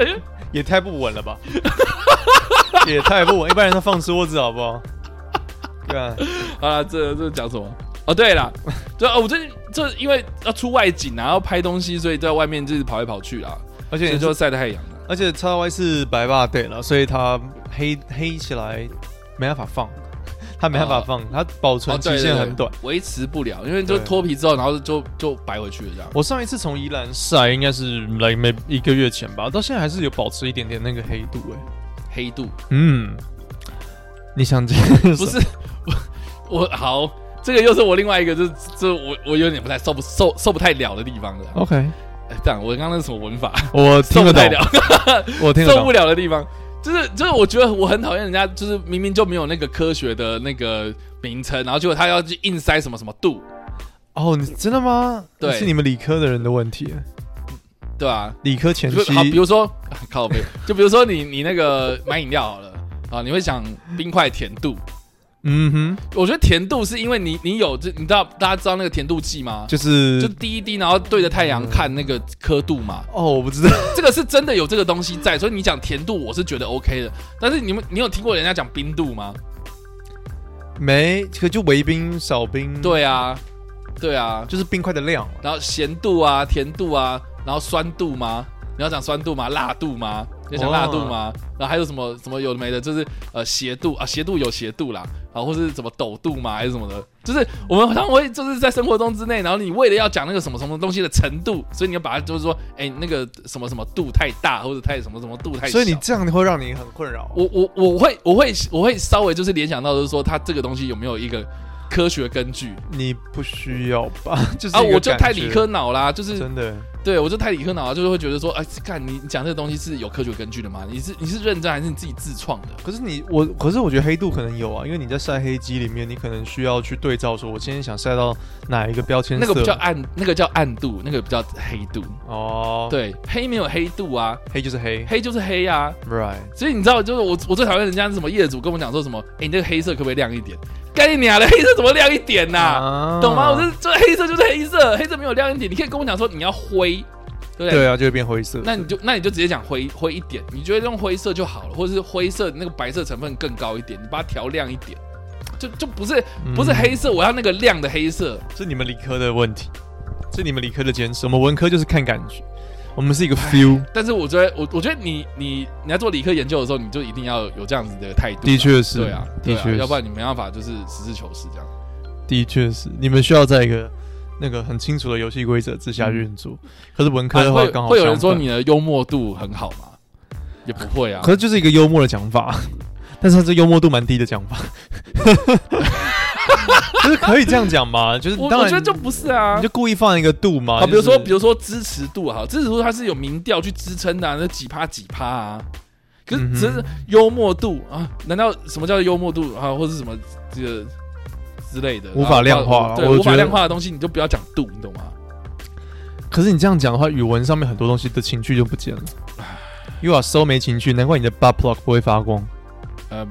A: 对，也太不稳了吧，也太不稳，一般人都放桌子好不好？啊干，
B: 好了，这这讲什么？哦，对了，对啊，我最近这因为要出外景啊，要拍东西，所以在外面就是跑来跑去啦，
A: 而
B: 所
A: 且
B: 以
A: 你
B: 就
A: 说，
B: 晒太阳啊。
A: 而且叉 Y 是白发对了，所以他黑黑起来没办法放，他没办法
B: 哦
A: 放，他保存
B: 哦对
A: 期限
B: 对
A: 很
B: 对
A: 短。
B: 维持不了，因为就
A: 对
B: 脱皮之后，然后就就白回去了这样。
A: 我上一次从宜兰晒应该是来没一个月前吧，到现在还是有保持一点点那个黑度哎、
B: 黑度，
A: 嗯，你想这
B: 不是 我，我好，这个又是我另外一个，这这我我有点不太受不受受不太了的地方了。
A: OK？
B: 哎这样，我刚刚那是什么文 法？
A: 我
B: 受
A: 哦听
B: 不
A: 得
B: 太
A: 懂，
B: 了，
A: 我听得
B: 受不
A: 懂。
B: 了的地方，就是就是，我觉得我很讨厌人家，就是明明就没有那个科学的那个名称，然后结果他要去硬塞什么什么度，
A: 哦，你真的吗？
B: 对
A: 是你们理科的人的问题。
B: 对吧、
A: 理科前
B: 就
A: 期
B: 好，比如说 靠背，就比如说你你那个买饮料好了啊，你会想冰块甜度，
A: 嗯哼，
B: 我觉得甜度是因为你你有这，你知道大家知道那个甜度计吗？
A: 就是
B: 就滴一滴，然后对着太阳看那个刻度嘛，
A: 哦，我不知道。
B: 这个是真的有这个东西在，所以你讲甜度我是觉得 OK 的。但是你们，你有听过人家讲冰度吗？
A: 没，可就微冰、少冰，，
B: 对啊，对啊，
A: 就是冰块的量啊。
B: 然后咸度啊、甜度啊，然后酸度吗？你要讲酸度吗？辣度吗？你要讲辣度
A: 哦
B: 吗？然后还有什么什么有的没的，就是呃斜度啊，斜度有斜度啦，啊或是什么抖度吗？还是什么的？就是我们好像会就是在生活中之内，然后你为了要讲那个什么什么东西的程度，所以你要把它就是说，哎、那个什么什么度太大，或者太什么什么度太小。
A: 所以你这样会让你很困扰。
B: 我我我会我会我会稍微就是联想到，就是说它这个东西有没有一个科学根据
A: 你不需要吧？就是
B: 啊？
A: 一个
B: 我就
A: 感
B: 太
A: 觉
B: 理科，脑啦，就是
A: 真的。
B: 对我就太理科脑了，就是会觉得说，哎，看你你讲这个东西是有科学根据的吗？你是你是认真还是你自己自创的？
A: 可是你我，可是我觉得黑度可能有啊，因为你在晒黑机里面，你可能需要去对照，说我今天想晒到哪一个标签色。
B: 那个比较暗，那个叫暗度，那个比较黑度。
A: 哦，，
B: 对，黑没有黑度啊，
A: 黑就是黑
B: 黑就是黑啊。
A: ，right？
B: 所以你知道，就是我我最讨厌人家是什么业主跟我讲说什么，哎、你这个黑色可不可以亮一点？干你娘的，黑色怎么亮一点呐、
A: 啊
B: 懂吗？我这这黑色就是黑色，黑色没有亮一点，你可以跟我讲说你要灰，对不对？
A: 对啊，就会变灰色。
B: 那你就那你就直接讲灰灰一点，你觉得用灰色就好了，或者是灰色那个白色成分更高一点，你把它调亮一点，就就不是不是
A: 嗯
B: 黑色，我要那个亮的黑色。
A: 是你们理科的问题，是你们理科的坚持。我们文科就是看感觉，我们是一个 feel。
B: 但是我觉得我我觉得你你你在做理科研究的时候，你就一定要有这样子的态度啊。
A: 的确是
B: 对啊，
A: 的
B: 对啊
A: 确是
B: 要不然你没办法就是实事求是这样。
A: 的确是，你们需要在一个那个很清楚的游戏规则之下运作。可是文科
B: 啊
A: 的话，刚
B: 会
A: 好
B: 会有人
A: 相
B: 说
A: 反
B: 你的幽默度很好吗？也不会啊
A: 可。是就是一个幽默的讲法， 但是他这幽默度蛮低的讲法， 就是可以这样讲嘛？就是
B: 我
A: 当然
B: 我觉得就不是啊
A: 你就。故意放一个度嘛，
B: 啊，比如说，比
A: 如
B: 如说支持度哈，支持度它是有民调去支撑的、啊，那几趴几趴啊。可是
A: 嗯哼
B: 只是幽默度啊，难道什么叫幽默度啊，或是什么这个之类的
A: 无法量
B: 啊
A: 化啊
B: 对，
A: 我
B: 无
A: 觉
B: 法
A: 得
B: 量化的东西你就不要讲度，你懂吗？
A: 可是你这样讲的话，语文上面很多东西的情趣就不见了。You are so 没情趣，难怪你的 butt plug 不会发光。
B: 呃，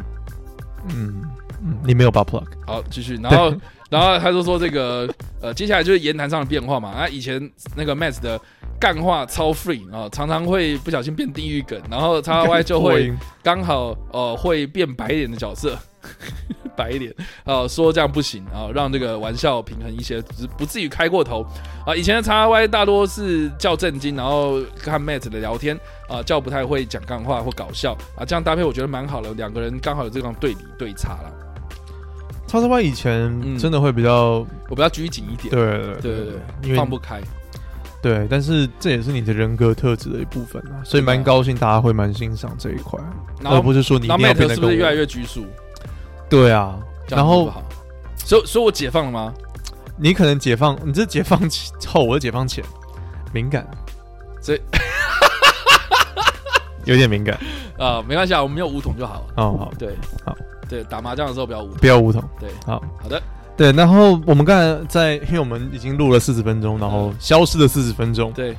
A: 嗯嗯，你没有 butt plug。
B: 好，继续。然后， 然后他就说这个，呃，接下来就是言谈上的变化嘛。啊那以前那个 Max 的干话超 free 啊、常常会不小心变地狱梗，然后叉 Y 啊就
A: 破
B: 会
A: 音
B: 刚好呃会变白脸的角色， 白脸啊、说这样不行啊、让这个玩笑平衡一些，只是不至于开过头啊、以前的叉 Y 大多是较正经，然后看 Max 的聊天啊、较不太会讲干话或搞笑啊、这样搭配我觉得蛮好的，两个人刚好有这种对比对差啦。
A: 叉叉 Y 以
B: 嗯
A: 前真的会比较、
B: 我比较拘谨一点。
A: 对
B: 对对
A: 对，因
B: 放
A: 为
B: 不开。
A: 对，但是这也是你的人格特质的一部分啊，所以蛮高兴大家会蛮欣赏这一块，
B: 然
A: 而
B: 后
A: 不是说你一
B: 然
A: 定
B: 后
A: 要
B: Mate
A: 变得
B: 是不
A: 跟
B: 是越来
A: 我。
B: 越拘束？
A: 对啊，
B: 这样
A: 然
B: 不
A: 后
B: 好，所以所以我解放了吗？
A: 你可能解放，你这解放后，我是解放前，敏感，
B: 所以
A: 有点敏感。
B: 啊、没关系啊，我们有五桶就好了。
A: 哦，好，
B: 对，
A: 好，
B: 对，打麻将的时候不要五桶。
A: 不要梧桐。
B: 对，
A: 好，
B: 好的，
A: 对，然后我们刚才在，因为我们已经录了四十分钟，然
B: 嗯
A: 后消失了四十分钟，
B: 对，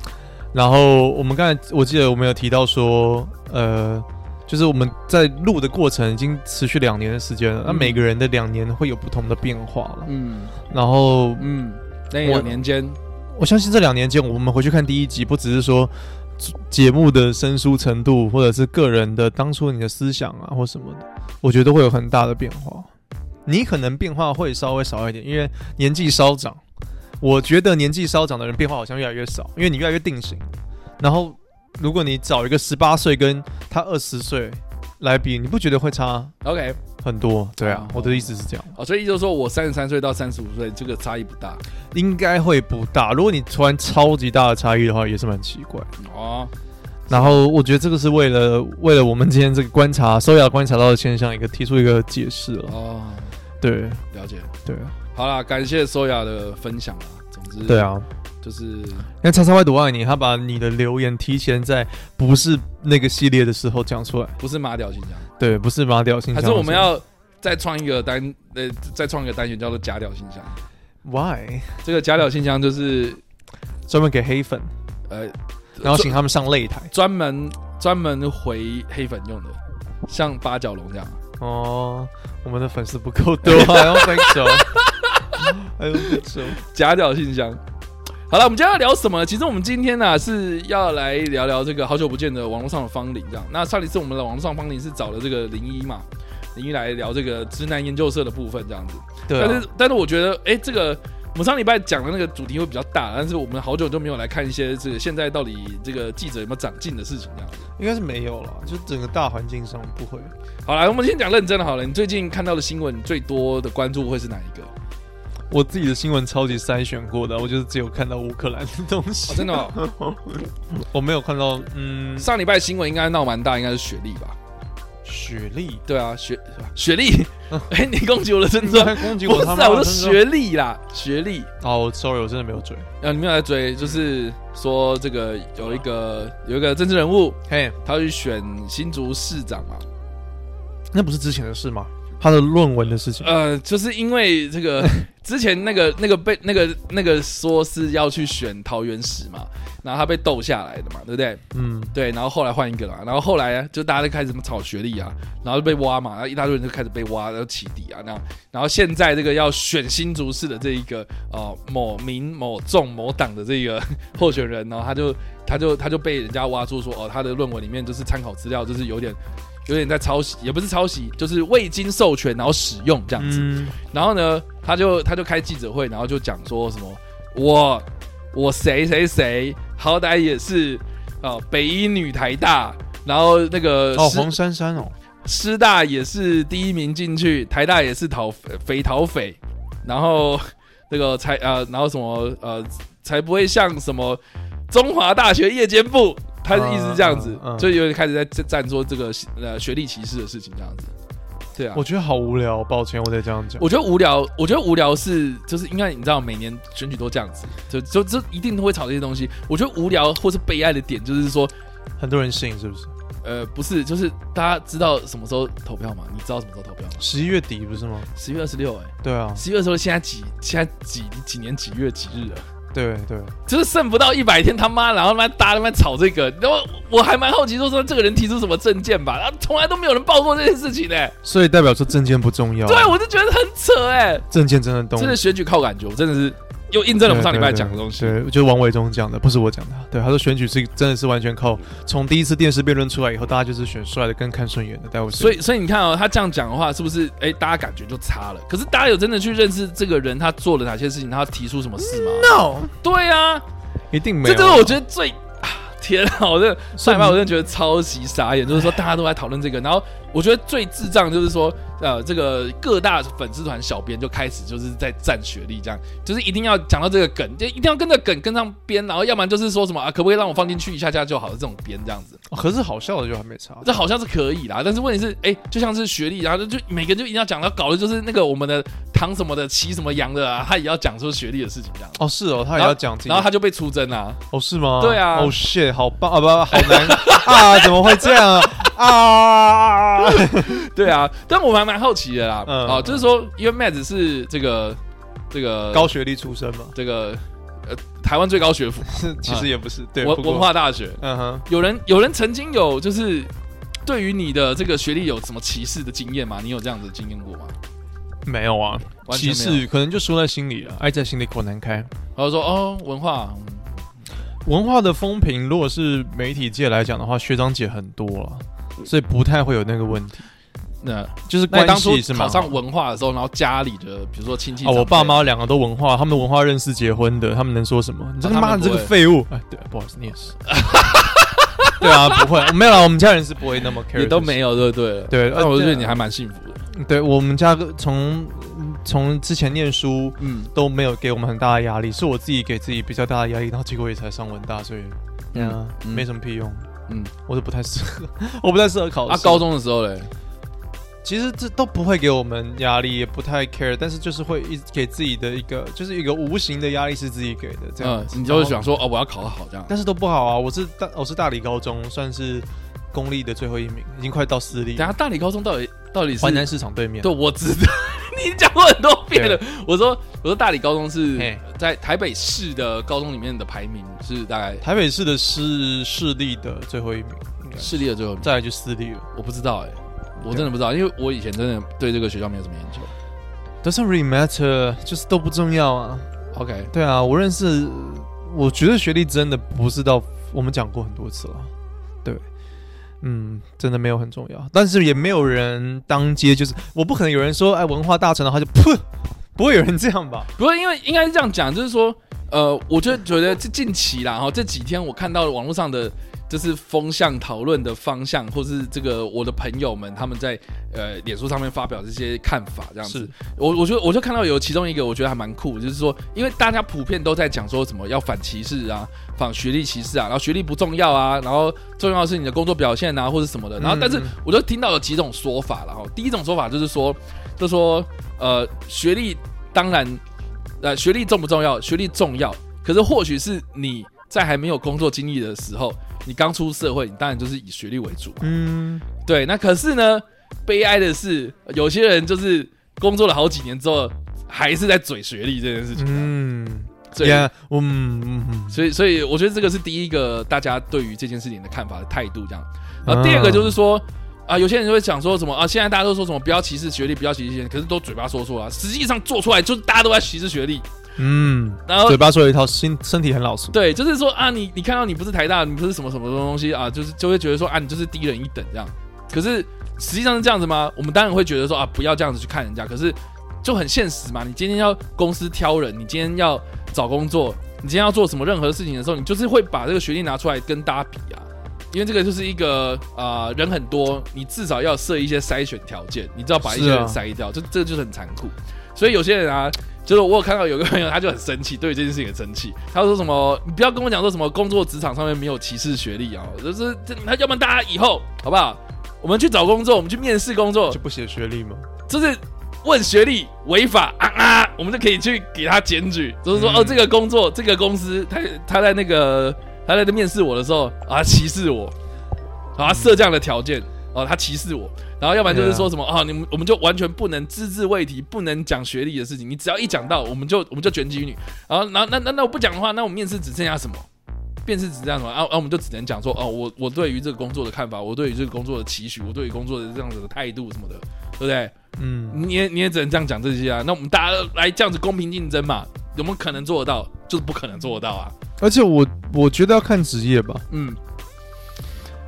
A: 然后我们刚才我记得我们有提到说，呃，就是我们在录的过程已经持续两年的时间了，那、
B: 嗯
A: 每个人的两年会有不同的变化了。
B: 嗯
A: 然后
B: 嗯，那
A: 我
B: 两年间，
A: 我相信这两年间，我们回去看第一集，不只是说节目的生疏程度，或者是个人的当初你的思想啊，或什么的，我觉得都会有很大的变化。你可能变化会稍微少一点，因为年纪稍长。我觉得年纪稍长的人变化好像越来越少，因为你越来越定型。然后，如果你找一个十八岁跟他二十岁来比，你不觉得会差
B: OK，
A: 很多？对啊
B: 哦，
A: 我的意思是这样。
B: 哦，所以就是说我三十三岁到三十五岁这个差异不大
A: 应该会不大。如果你突然超级大的差异的话，也是蛮奇怪。
B: 哦。
A: 然后我觉得这个是为了为了我们今天这个观察，收雅观察到的现象，一个提出一个解释了。
B: 哦，
A: 对
B: 了解。
A: 对啊
B: 好啦，感谢索雅的分享啦。总之，
A: 对，啊！
B: 就是
A: 那叉叉 Y 多爱你，他把你的留言提前在不是那个系列的时候讲出来。
B: 不是马屌型象，
A: 对，不是马屌信
B: 还
A: 箱。
B: 是我们要再创一个单，呃，再创一个单元叫做假屌形象。
A: why
B: 这个假屌信箱就是
A: 专门给黑粉，
B: 呃，
A: 然后请他们上擂台。
B: 专门专门回黑粉用的，像八角笼这样。
A: 哦，我们的粉丝不够多，还要分手，还要分手。
B: 假屌信箱。好了，我们今天要聊什么呢？其实我们今天呢、是要来聊聊这个好久不见的网络上的芳龄这样。那上一次我们的网络上芳龄是找了这个零一嘛，零一来聊这个直男研究社的部分这样子。
A: 对、啊，
B: 但是但是我觉得，哎、这个我们上礼拜讲的那个主题会比较大，但是我们好久就没有来看一些这个现在到底这个记者有没有长进的事情这样子。
A: 应该是没有了，就整个大环境上不会。
B: 好了，我们先讲认真的好了。你最近看到的新闻最多的关注会是哪一个？哦
A: 我自己的新闻超级筛选过的，我就是只有看到乌克兰的东西，
B: 哦、真的、 哦，
A: 我没有看到，嗯，
B: 上礼拜新闻应该闹蛮大，应该是雪莉吧？
A: 雪莉，
B: 对啊，学学历， 哎，你攻击我的身
A: 嗯你
B: 份，
A: 在攻击
B: 不
A: 我
B: 是
A: 他
B: 啊，
A: 妈
B: 我
A: 的
B: 说
A: 身份
B: 学历啦，学历。
A: 哦，sorry，我真的没有追。
B: 然后你没有来追，就是说这个有一个
A: 嗯
B: 有一个政治人物，
A: 嘿，
B: 他去选新竹市长嘛，
A: 那不是之前的事吗？他的论文的事情。
B: 呃，就是因为这 个之前那个那个被那个那个说是要去选桃园市嘛，然后他被斗下来的嘛，对不对？
A: 嗯，
B: 对，然后后来换一个了嘛，然后后来就大家就开始什么炒学历啊，然后就被挖嘛，然后一大堆人就开始被挖，然后起底啊，那样然后现在这个要选新竹市的这一个呃某民某众某党的这一个 候选人，然后他就他就他就被人家挖出说哦，他的论文里面就是参考资料就是有点有点在抄袭，也不是抄袭，就是未经授权然后使用这样子，
A: 嗯，
B: 然后呢，他就他就开记者会，然后就讲说什么我我谁谁谁，好歹也是呃北一女台大，然后那个
A: 哦，
B: 师、
A: 黄珊珊哦，
B: 师大也是第一名进去，台大也是逃匪逃匪，然后那个才呃，然后什么呃，才不会像什么中华大学夜间部，他的意思是这样子，
A: 嗯嗯嗯
B: 就有点开始在站说这个呃学历歧视的事情这样子，对啊，
A: 我觉得好无聊，抱歉，我得这样讲。
B: 我觉得无聊，我觉得无聊是就是因为你知道每年选举都这样子，就就这一定会炒这些东西。我觉得无聊或是悲哀的点就是说，
A: 很多人信是不是？
B: 呃，不是，就是大家知道什么时候投票吗？你知道什么时候投票吗？
A: 十一月底不是吗？
B: 十月二十六，哎，
A: 对啊，
B: 十月二十六，现在几现在几几年几月几日了？
A: 对对，
B: 就是剩不到一百天，他妈，然后他妈大家他妈炒这个，然后我还蛮好奇，说说这个人提出什么证件吧，然后从来都没有人报过这件事情呢、欸
A: 所以代表说证件不重要。啊
B: 对，我就觉得很扯哎、
A: 证件真的东
B: 真的选举靠感觉，我真的是又印证了我们上礼拜讲的东西。
A: 对，就是王伟忠讲的，不是我讲的。对，他说选举是真的是完全靠从第一次电视辩论出来以后，大家就是选帅的跟看顺眼的。待会
B: 所以，所以你看哦，他这样讲的话，是不是哎、大家感觉就差了？可是大家有真的去认识这个人，他做了哪些事情，他提出什么事吗？
A: no，
B: 嗯对啊，
A: 一定
B: 这
A: 没有。
B: 就是我觉得最啊，天啊！我这
A: 所
B: 上一
A: 以你
B: 班我真的觉得超级傻眼，就是说大家都在讨论这个，然后我觉得最智障就是说，呃，这个各大粉丝团小编就开始就是在占学历，这样就是一定要讲到这个梗，就一定要跟着梗跟上编，然后要不然就是说什么啊，可不可以让我放进去一下下就好了，这种编这样子。
A: 哦可是好笑的就还没差。
B: 这好像是可以啦，但是问题是，哎、就像是学历，然后就就每个人就一定要讲到，搞的就是那个我们的唐什么的、齐什么杨的啊，他也要讲说学历的事情这样。
A: 哦，是哦，他也要讲自己的。
B: 然后他就被出征啦、
A: 哦，是吗？
B: 对啊
A: 哦、shit，好棒啊，不，好难啊，怎么会这样啊？啊，
B: 对啊，但我还蛮好奇的啦，
A: 嗯
B: 哦，就是说，因为 Matt 是这个这个
A: 高学历出身嘛，
B: 这个呃台湾最高学府
A: 是其实也不是，对，
B: 啊文
A: 不过
B: 文，化大学，
A: 嗯哼，
B: 有人有人曾经有就是对于你的这个学历有什么歧视的经验吗？你有这样子的经验过吗？
A: 没有啊，
B: 完全
A: 歧
B: 没有
A: 视可能就说在心里了，爱在心里口难开。
B: 然后说哦，文化，嗯
A: 文化的风评，如果是媒体界来讲的话，学长姐很多了，所以不太会有那个问题，
B: 那
A: 就是
B: 那你
A: 关
B: 当初
A: 系是吗？
B: 考上文化的时候，然后家里的比如说亲戚
A: 啊，我
B: 长辈
A: 爸妈两个都文化，他们文化认识结婚的，他们能说什么？你这
B: 啊
A: 个
B: 他们
A: 妈，你这
B: 不
A: 个
B: 会
A: 废物！哎，对，不好意思，你也是。 对啊，不会，没有啦，我们家人是不会那么 care，
B: 也都
A: 这些
B: 没有，对不对？
A: 对
B: 那我觉得
A: 对啊
B: 你还蛮幸福的，
A: 对我们家从从之前念书
B: 嗯，
A: 都没有给我们很大的压力，是我自己给自己比较大的压力，然后结果也才上文大，所以
B: 嗯
A: 嗯，
B: 嗯
A: 没什么屁用。
B: 嗯
A: 嗯，我是不太适合， 我不太适合考
B: 啊，
A: 试
B: 高中的时候嘞，
A: 其实这都不会给我们压力，也不太 care，但是就是会一直给自己的一个，就是一个无形的压力是自己给的，这样
B: 嗯
A: 子、，
B: 你就会
A: 然后
B: 想说哦，我要考得好这样。
A: 但是都不好啊。我是大我是大理高中，算是公立的最后一名，已经快到私
B: 等
A: 立
B: 一
A: 了。
B: 下大理高中到底到底是
A: 淮南市场对面。
B: 对，我知道 你讲过很多遍了。我说我说大理高中是
A: 啊嘿
B: 在台北市的高中里面的排名是大概
A: 台北市的市市立的最后一名，应该是
B: 市立的最后名，
A: 再来就私立了。
B: 我不知道哎、我真的不知道，因为我以前真的对这个学校没有什么研究。
A: Doesn't really matter，就是都不重要啊。
B: OK，
A: 对啊，我认识，我觉得学历真的不是到我们讲过很多次了，对，嗯，真的没有很重要，但是也没有人当街就是，我不可能啊有人说哎文化大臣，然后他就噗，不会有人这样吧？
B: 不过因为应该是这样讲，就是说呃，我就觉得这近期啦，哈，这几天我看到网络上的就是风向讨论的方向，或是这个我的朋友们他们在呃脸书上面发表这些看法，这样子
A: 是。
B: 我我觉得我就看到有其中一个，我觉得还蛮酷，就是说，因为大家普遍都在讲说什么要反歧视啊，反学历歧视啊，然后学历不重要啊，然后重要的是你的工作表现啊，或者什么的。然后，但是
A: 嗯
B: 我就听到有几种说法了哈。第一种说法就是说，就说呃，学历当然，呃，学历重不重要？学历重要，可是或许是你在还没有工作经历的时候，你刚出社会，你当然就是以学历为主嘛。
A: 嗯，
B: 对，那可是呢，悲哀的是，有些人就是工作了好几年之后，还是在嘴学历这件事情。嗯，
A: 嗯，
B: 所以
A: 呀，嗯嗯嗯，
B: 所以，所以我觉得这个是第一个大家对于这件事情的看法的态度这样。然后第二个就是说，啊，有些人就会讲说什么啊，现在大家都说什么不要歧视学历，不要歧视学历，可是都嘴巴说说啊，实际上做出来就是大家都在歧视学历。
A: 嗯，
B: 然后
A: 嘴巴说有一套，心身体很老实。
B: 对，就是说啊，你你看到你不是台大，你不是什么什么什么东西啊，就是就会觉得说啊，你就是低人一等这样。可是实际上是这样子吗？我们当然会觉得说啊，不要这样子去看人家。可是就很现实嘛，你今天要公司挑人，你今天要找工作，你今天要做什么任何事情的时候，你就是会把这个学历拿出来跟大家比啊。因为这个就是一个啊、呃人很多，你至少要设一些筛选条件，你知道把一些
A: 是
B: 人
A: 啊
B: 筛掉，这这个就是很残酷。所以有些人啊，就是我有看到有个朋友，他就很生气，对于这件事情很生气。他说什么？你不要跟我讲说什么工作职场上面没有歧视学历啊，就是这，那要不然大家以后好不好？我们去找工作，我们去面试工作
A: 就，不写学历吗？
B: 就是问学历违法啊啊，我们就可以去给他检举，就是说、
A: 嗯
B: 哦，这个工作这个公司，他他在那个他在面试我的时候啊歧视我，啊他设这样的条件。哦，他歧视我，然后要不然就是说什么啊、你们我们就完全不能只字未提，不能讲学历的事情。你只要一讲到，我们就我们就卷起你。然后，然后那那那我不讲的话，那我们面试只剩下什么？面试只剩下什么？啊啊，我们就只能讲说哦，我我对于这个工作的看法，我对于这个工作的期许，我对于工作的这样子的态度什么的，对不对？
A: 嗯，
B: 你也你也只能这样讲这些啊。那我们大家来这样子公平竞争嘛，有没有可能做得到？就是不可能做得到啊。
A: 而且我我觉得要看职业吧。
B: 嗯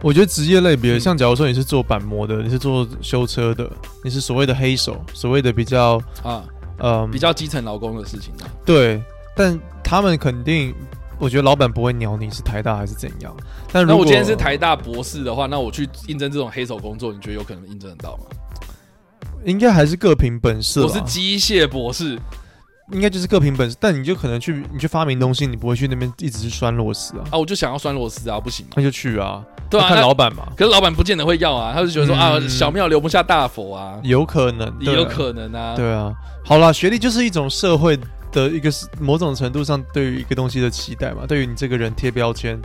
A: 我觉得职业类别，
B: 嗯
A: 像假如说你是做板模的，你是做修车的，你是所谓的黑手，所谓的比较
B: 啊，
A: 嗯
B: 比较基层劳工的事情啊。
A: 对，但他们肯定，我觉得老板不会鸟你是台大还是怎样。但如
B: 那
A: 果
B: 我今天是台大博士的话，那我去应征这种黑手工作，你觉得有可能应征得到吗？
A: 应该还是各凭本事吧，
B: 我是啊机械博士，
A: 应该就是各凭本事。但你就可能去你去发明东西，你不会去那边一直去拴螺丝啊，
B: 啊，我就想要拴螺丝啊，不行吗？
A: 那就去啊，
B: 对啊，
A: 就看
B: 那
A: 老板嘛，
B: 可是老板不见得会要啊，他就觉得说、啊，
A: 嗯
B: 小庙留不下大佛啊，
A: 有可能，
B: 也
A: 对啊
B: 有可能啊。
A: 对啊。好啦，学历就是一种社会的一个某种程度上对于一个东西的期待嘛，对于你这个人贴标签，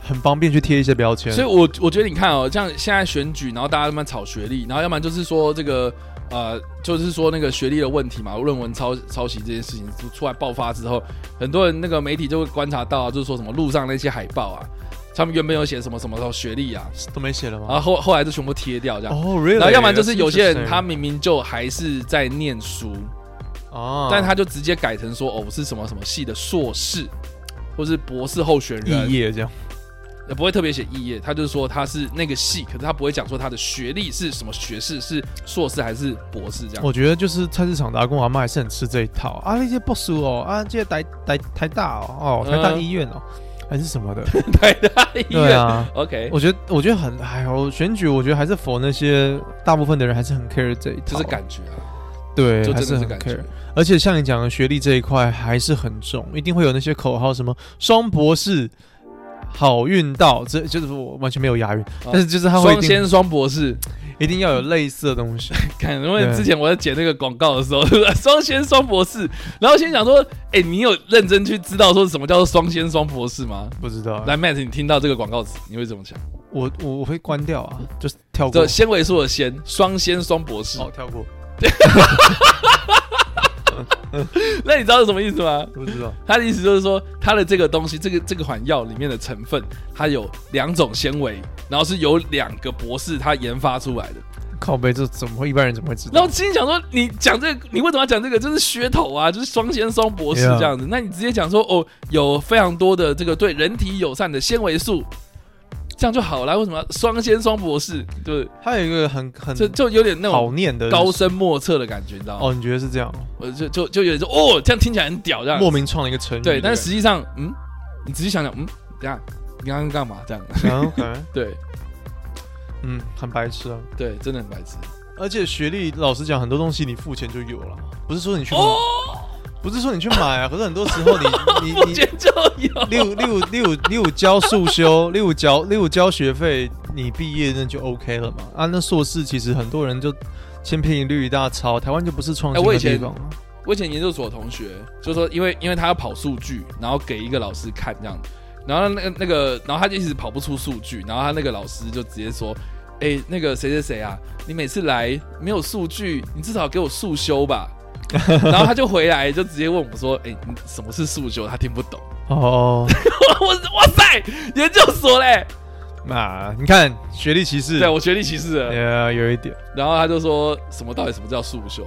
A: 很方便去贴一些标签。
B: 所以我我觉得你看哦，像现在选举，然后大家他妈炒学历，然后要不然就是说这个呃，就是说那个学历的问题嘛，论文抄抄袭这件事情出出来爆发之后，很多人那个媒体就会观察到啊，就是说什么路上那些海报啊，他们原本有写什么什么时候学历啊，
A: 都没写了
B: 然后
A: 吗？
B: 后后来就全部贴掉这样。
A: 哦、r 哦 e a l l y
B: 然后，要不然就是有些人他明明就还是在念书，
A: 哦，
B: 但他就直接改成说哦，我是什么什么系的硕士，或是博士候选人
A: 肄，业这样。
B: 也不会特别写肄业，他就是说他是那个系，可是他不会讲说他的学历是什么学士，是硕士还是博士这样。
A: 我觉得就是菜市场的阿公阿妈还是很吃这一套啊，那些不输哦，啊，这些台台台大哦，哦，台大
B: 嗯
A: 医院哦，还是什么的，
B: 台大 医
A: 对
B: 院、
A: 啊。
B: ，OK，
A: 我觉得，我觉得很，哎呦，选举我觉得还是否那些大部分的人还是很 care 这一套，
B: 就是感觉啊，
A: 对，
B: 就
A: 还
B: 真的是
A: 很
B: 感
A: care
B: 觉。。
A: 而且像你讲的学历这一块还是很重，一定会有那些口号，什么双博士、好运到，这就是我完全没有押韵，但是就是他会
B: 啊
A: 一
B: 双
A: 定
B: 先双博士，
A: 一定要有类似的东西。
B: 看，因为
A: 对
B: 之前我在剪那个广告的时候， 双先双博士，然后先想说，哎、你有认真去知道说什么叫做双先双博士吗？
A: 不知道，
B: 来，Matt，你听到这个广告词，你会怎么想？
A: 我我我会关掉啊，就是跳过
B: 这。纤维素的纤，双纤双博士。
A: 哦，跳过，
B: 那你知道是什么意思吗？
A: 不知道。
B: 他的意思就是说，它的这个东西，这个这个款药里面的成分，它有两种纤维，然后是由两个博士他研发出来的。
A: 靠背这怎么会一般人怎么会知
B: 然
A: 道
B: 后？心里想说，你讲这个，你为什么要讲这个？这是噱头啊，就是双先双博士
A: Yeah
B: 这样子。那你直接讲说，哦，有非常多的这个对人体友善的纤维素，这样就好了。为什么要双先双博士？对，
A: 还有一个很很
B: 就就有点那
A: 好
B: 种
A: 念的
B: 高深莫测的感觉，你知道吗？
A: 哦，你觉得是这样？
B: 我就就就有点说哦，这样听起来很屌，这样
A: 莫名创了一个成语。
B: 对，但是实际上，嗯，你仔细想想，嗯，等一下你刚刚干嘛？这样
A: 啊 OK，
B: 对
A: 嗯，很白痴啊。
B: 对，真的很白痴。
A: 而且学历，老实讲，很多东西你付钱就有了，不是说你去，
B: 哦，
A: 不是说你去买 啊。可是很多时候你你
B: 我
A: 你
B: 觉得就有。
A: 六六六六交速修， 六交六交学费，你毕业那就 OK 了嘛？啊，那硕士其实很多人就千篇一律一大抄，台湾就不是创
B: 哎
A: 新
B: 我
A: 的
B: 以前
A: 地方啊。
B: 我以前研究所同学就说，因为因为他要跑数据，然后给一个老师看这样，然后那个那个，然后他就一直跑不出数据，然后他那个老师就直接说：“哎、那个谁谁谁啊，你每次来没有数据，你至少给我速修吧。” 然后他就回来就直接问我说：“哎、你什么是速修？”他听不懂。
A: 哦，
B: 我哇塞，研究所嘞！
A: 那你看学历歧视，
B: 对我学历歧视了。
A: 呃有一点。
B: 然后他就说什么到底什么叫速修？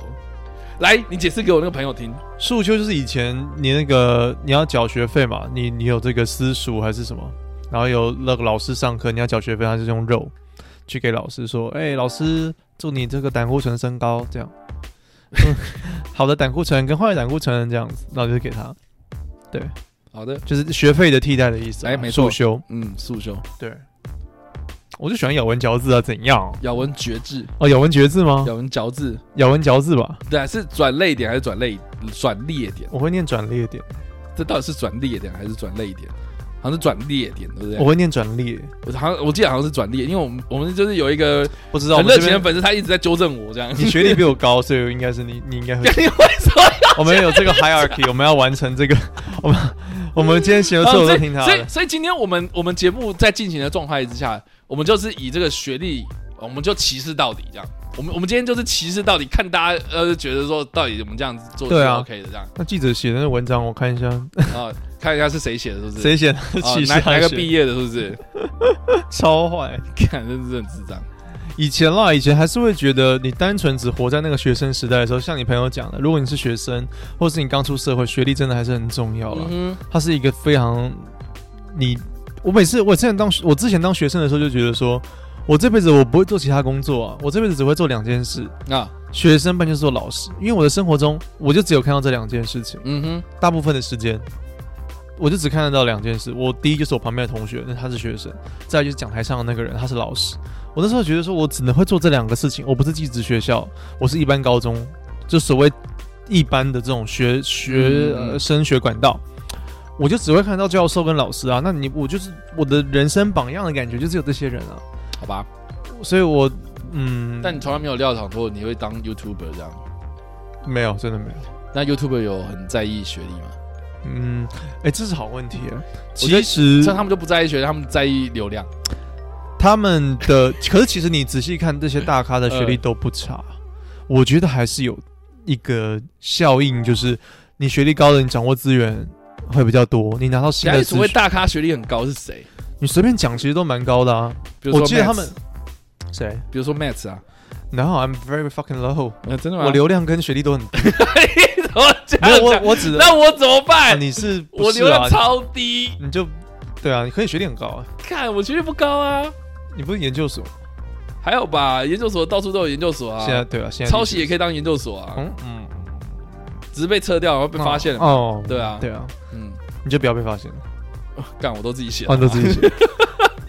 B: 来，你解释给我那个朋友听。
A: 速修就是以前你那个你要缴学费嘛，你你有这个私塾还是什么，然后有那个老师上课，你要缴学费，他就用肉去给老师说，哎、老师祝你这个胆固醇升高，这样，嗯好的胆固醇跟坏的胆固醇这样子，然后就给他，
B: 好的，
A: 就是学费的替代的意思、啊。
B: 哎没错
A: 速修，
B: 嗯，速修
A: 对，我就喜欢咬文嚼字啊，怎样？
B: 咬文嚼字，
A: 哦，咬文嚼字吗？
B: 咬文嚼字，
A: 咬文嚼字吧，
B: 对啊，是转泪点还是转泪转裂点？
A: 我会念转列点，
B: 这到底是转裂点还是转泪点？好像是转裂点，对不对？
A: 我会念转列，
B: 我好像我记得好像是转裂，因为我们我们就是有一个
A: 不知道。我
B: 很
A: 们
B: 热
A: 这
B: 情的啊
A: 边
B: 粉丝，他一直在纠正我这样。。
A: 你学历比我高，所以应该是你，你应该会
B: 你为什么
A: 我们有这个 hierarchy，我们要完成这个， 我们我们今天写的 所有
B: 啊所
A: 都
B: 以
A: 听他
B: 所以
A: 的。
B: 所以今天我们我们节目在进行的状态之下，我们就是以这个学历，我们就歧视到底这样。我们我们今天就是歧视到底，看大家呃觉得说到底我们这样子做
A: 对
B: 是
A: 啊
B: OK 的这样
A: 那记者写的那文章，我看一下，
B: 啊、看一下是谁写的，是不是？
A: 谁写的？
B: 啊
A: 其实
B: 哪哪
A: 他
B: 个
A: 写
B: 毕业的，是不 是？
A: 超坏。
B: 看，真是很智障。
A: 以前啦，以前还是会觉得你单纯只活在那个学生时代的时候，像你朋友讲的，如果你是学生，或是你刚出社会，学历真的还是很重要了。
B: 嗯哼，
A: 它是一个非常你，我每次我之前当我之前当学生的时候就觉得说，我这辈子我不会做其他工作啊，我这辈子只会做两件事，
B: 啊，
A: 学生办就是做老师，因为我的生活中我就只有看到这两件事情，
B: 嗯哼，
A: 大部分的时间我就只看得到两件事。我第一就是我旁边的同学，那他是学生；再来就是讲台上的那个人，他是老师。我那时候觉得说，我只能会做这两个事情，我不是寄职学校，我是一般高中，就所谓一般的这种学学、
B: 嗯
A: 呃、升学管道。我就只会看到教授跟老师啊，那你我就是我的人生榜样的感觉，就只有这些人啊，
B: 好吧。
A: 所以我嗯，
B: 但你从来没有料想过你会当 YouTuber 这样。
A: 没有，真的没有。
B: 那 YouTuber 有很在意学历吗？
A: 嗯，哎、这是好问题耶。
B: 觉得
A: 其实
B: 像他们就不在意学历，他们在意流量。
A: 他们的， 可是其实你仔细看这些大咖的学历都不差，我觉得还是有一个效应，就是你学历高的，你掌握资源会比较多，你拿到新
B: 现在
A: 的
B: 所
A: 资
B: 谓
A: 讯，
B: 大咖学历很高是谁？
A: 你随便讲其实都蛮高的啊。
B: 比如说
A: 我记得
B: Max
A: 他们谁？
B: 比如说 Max 啊，
A: 然后 I'm very fucking low，
B: 那、啊真的吗？
A: 我流量跟学历都很低。
B: 你怎么 这
A: 没有，我
B: 样
A: 我只
B: 讲？ 那我怎么
A: 啊
B: 办？
A: 你是
B: 我
A: 不是
B: 流量
A: 啊？
B: 超低，
A: 你就对啊，你可以学历很高啊，
B: 看我学历不高啊，
A: 你不是研究所？
B: 还有吧，研究所到处都有研究所
A: 现在
B: 啊，
A: 对啊，现在
B: 抄袭也可以当研究所啊，
A: 嗯嗯，
B: 只是被撤掉然后被发现了。
A: 哦，
B: 对啊，
A: 对啊，
B: 嗯，
A: 你就不要被发现，
B: 干我都自己写的，
A: 换都自 己写。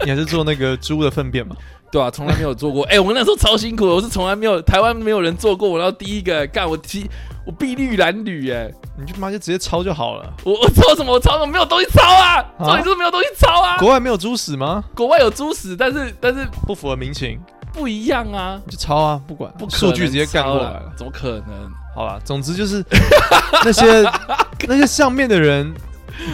A: 你还是做那个猪的粪便嘛？
B: 对啊，从来没有做过。哎、我那时候超辛苦的，我是从来没有台湾没有人做过，我要第一个干我提我碧绿蓝缕哎、
A: 你就妈就直接抄就好了。
B: 我 我抄什么？我抄什么？没有东西抄啊！
A: 啊
B: 重点是没有东西抄啊！
A: 国外没有猪屎吗？
B: 国外有猪屎，但是但是
A: 不符合民情，
B: 不一样啊，
A: 你就抄啊，不管，
B: 不可能
A: 数据直接干过
B: 抄
A: 来
B: 啦
A: 了。
B: 怎么可能？
A: 好啦，总之就是 那些那些上面的人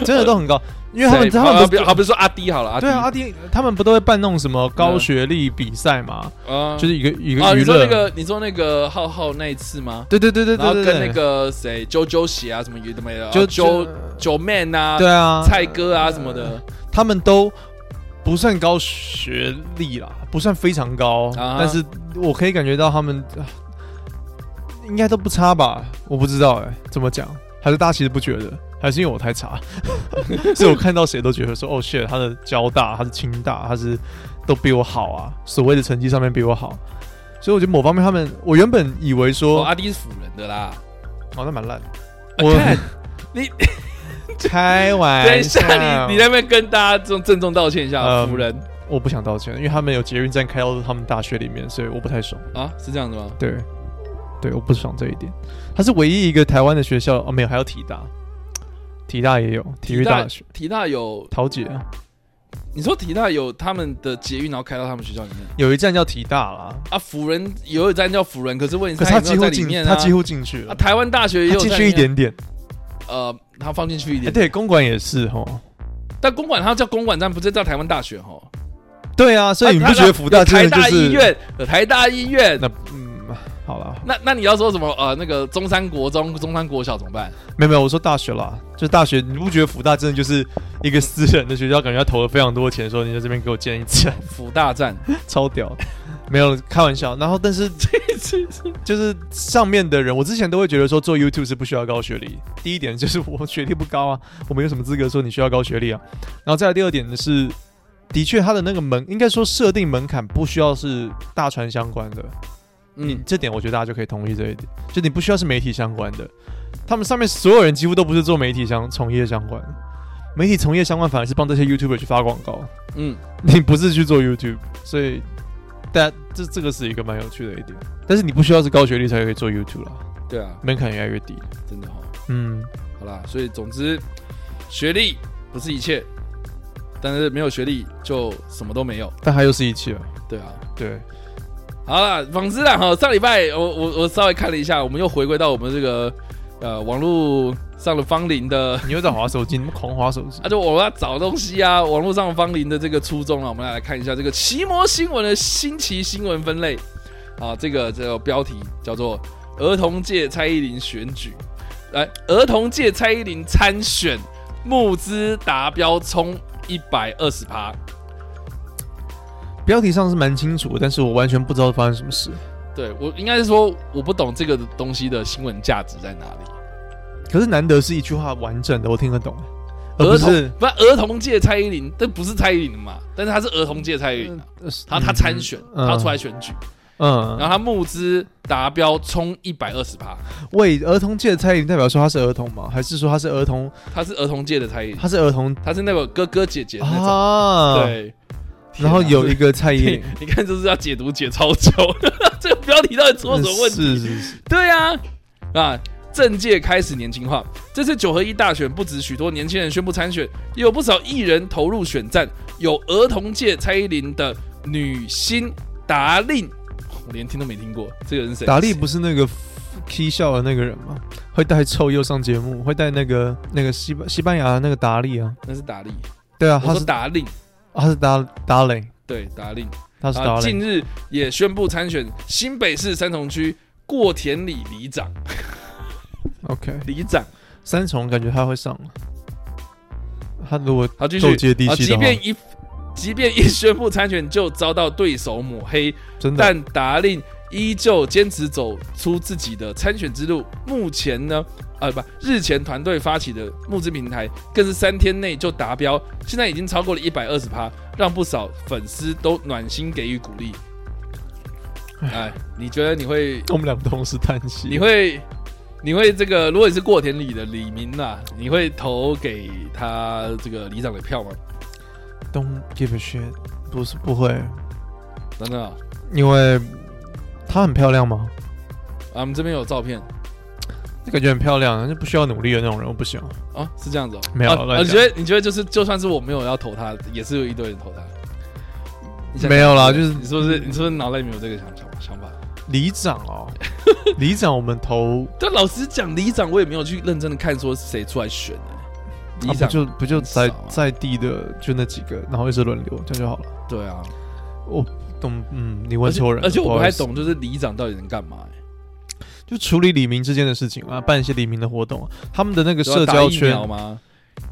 A: 真的都很高，因为他们
B: 谁
A: 他们
B: 好
A: 不
B: 比
A: 是
B: 好比说阿迪好了，阿迪
A: 对啊，阿弟他们不都会办那种什么高学历比赛嘛，
B: 啊
A: 就是一个一个
B: 啊，
A: 娱
B: 你说那
A: 乐。
B: 个你说那个浩浩那一次吗？
A: 对对对对
B: 然后
A: 对对，
B: 跟那个谁啾啾鞋啊什么有的没的，
A: 就
B: 啾啾 man 啊，
A: 对啊，
B: 蔡哥啊什么的，
A: 他们都不算高学历啦，不算非常高，
B: 啊哈
A: 但是我可以感觉到他们、啊欸应该都不差吧？我不知道哎、怎么讲？还是大家其实不觉得？还是因为我 太差，所以我看到谁都觉得说，哦，shit，他的交大，他是清大，他是都比我好啊，所谓的成绩上面比我好，所以我觉得某方面他们，我原本以为
B: 哦，
A: 说，哦，
B: 阿弟是辅仁的啦。
A: 那蛮烂的，
B: 我
A: 我
B: 看你
A: 开
B: 等一
A: 玩笑，
B: 下，你你在那边跟大家郑郑重道歉一下，
A: 嗯
B: 辅仁
A: 我不想道歉，因为他们有捷运站开到他们大学里面，所以我不太爽。
B: 啊，是这样子吗？
A: 对，对，我不爽这一点。它是唯一一个台湾的学校哦，没有，还有体大，体大也有体育大学。
B: 体大有，
A: 桃姐啊
B: 你说体大有他们的捷运，然后开到他们学校里面
A: 有一站叫体大啦，
B: 啊。辅仁也有一站叫辅仁，可是问题
A: 可是他
B: 有没
A: 几
B: 有
A: 乎
B: 在里
A: 进，
B: 面啊？
A: 他几乎进去
B: 啊，
A: 了，
B: 台湾大学也
A: 他
B: 有
A: 进
B: 在
A: 去一
B: 里面，
A: 点点。
B: 呃，他放进去一
A: 哎，
B: 点，
A: 对，公馆也是哦。
B: 但公馆它叫公馆站，不是叫台湾大学哈？
A: 对啊，所以你
B: 啊
A: 不觉得福大
B: 有
A: 真
B: 台
A: 的就
B: 大医
A: 是？
B: 院有台大医院？
A: 那嗯，好了，
B: 那那你要说什么？呃，那个中山国中、中山国小怎么办？
A: 没有没有，我说大学啦，就大学，你不觉得福大真的就是一个私人的学校，感觉他投了非常多钱，说你在这边给我建一站，
B: 辅大站，
A: 超屌。没有开玩笑，然后但是就是上面的人，我之前都会觉得说做 YouTube 是不需要高学历。第一点就是我学历不高啊，我没有什么资格说你需要高学历啊。然后再来第二点呢是，的确他的那个门，应该说设定门槛不需要是大船相关的，
B: 嗯，
A: 这点我觉得大家就可以同意这一点，就你不需要是媒体相关的。他们上面所有人几乎都不是做媒体相从业相关的，媒体从业相关反而是帮这些 YouTuber 去发广告。
B: 嗯，
A: 你不是去做 YouTube，所以但这这个是一个蛮有趣的一点。但是你不需要是高学历才可以做 YouTube 啦，
B: 对啊，
A: 门槛越来越低。
B: 真的哈、
A: 嗯，
B: 好啦，所以总之，学历不是一切，但是没有学历就什么都没有，
A: 但它又是一期了。
B: 对啊。
A: 对，
B: 好啦，总之啦，哈，上礼拜我我我稍微看了一下，我们又回归到我们这个呃网络上的芳龄的，
A: 你又在划手 机，你们狂划手机
B: 啊，。就我们要找东西啊，网络上芳龄的这个初衷啊，我们来看一下这个奇摩新闻的新奇新闻分类啊，这个这个标题叫做“儿童界蔡依林选举”，来，儿童界蔡依林参选募资达标冲一百二十趴，
A: 标题上是蛮清楚的，但是我完全不知道发生什么事。
B: 对我应该是说我不懂这个东西的新闻价值在哪里。
A: 可是难得是一句话完整的，我听得懂，而
B: 儿
A: 呃不
B: 童
A: 是
B: 不是儿童界蔡依林，但不是蔡依林嘛，但是她是儿童界蔡依林、啊，她她参选，
A: 嗯
B: 她出来选举，
A: 嗯，
B: 然后她募资达标冲一百二十趴，
A: 为儿童界的蔡依林代表说他是儿童吗？还是说他是儿童？
B: 她是儿童界的蔡依林，
A: 他是儿童
B: 她是那个哥哥姐姐那种，
A: 啊？，
B: 啊对。
A: 然后有一
B: 天
A: 个蔡依
B: 哪
A: 林
B: 你，你看这是要解读解超久， 这个标题到底出了什么问题？
A: 嗯是是是，
B: 对呀、啊，政界开始年轻化。这次九合一大选，不止许多年轻人宣布参选，也有不少艺人投入选战。有儿童界蔡依林的女星达令， 我连听都没听过，这个人是谁？
A: 达利不是那个 K 笑的那个人吗？会带臭鼬上节目，会带那个那个西班西班牙的那个达利啊？
B: 那是达利，
A: 对啊，
B: 我
A: 他
B: 说
A: 是
B: 达令，
A: 他是达达雷，
B: 对达令。
A: 他是达
B: 啊，近
A: 雷。
B: 日也宣布参选新北市三重区过田里里长，
A: OK，
B: 里长。
A: 三重感觉他会上了。他如果
B: 好，继
A: 够
B: 续。
A: 接地
B: 啊，
A: 气
B: 即
A: 的话，
B: 便一即便一宣布参选，就遭到对手抹黑。
A: 真的
B: 但达令依旧坚持走出自己的参选之路。目前呢，啊不，日前团队发起的募资平台更是三天内就达标，现在已经超过了一百二十趴，让不少粉丝都暖心给予鼓励。哎，你觉得你会，
A: 我们两个同时叹息。
B: 你会，你会这个？如果你是过田里的李明呐、你会投给他这个里长的票吗？
A: Don't give a shit，不是不会，
B: 等等啊，
A: 因为她很漂亮吗？
B: 啊我们这边有照片
A: 感觉很漂亮，就不需要努力的那种人，我不行。
B: 啊，是这样子哦。
A: 没有
B: 啊
A: 乱
B: 啊你
A: 讲
B: 觉得你觉得就是，就算是我没有要投他，也是有一堆人投他。你想
A: 没有啦就是
B: 你是不是你是不是脑袋里面有这个想想想法？
A: 里长 哦，里长我们投，
B: 但老实讲，里长我也没有去认真的看说谁出来选欸
A: 啊
B: 里长、
A: 不就不就
B: 很少啊
A: 在在地的就那几个，然后一直轮流，这样就好了。
B: 对啊，
A: 我哦懂，嗯，你
B: 而
A: 问
B: 且
A: 错人了
B: 而且我
A: 不
B: 不
A: 好意
B: 太
A: 思
B: 懂，就是里长到底能干嘛欸？
A: 就处理李明之间的事情啊，办一些李明的活动，他们的那个
B: 就要
A: 社
B: 打
A: 交
B: 疫苗
A: 圈，
B: 吗？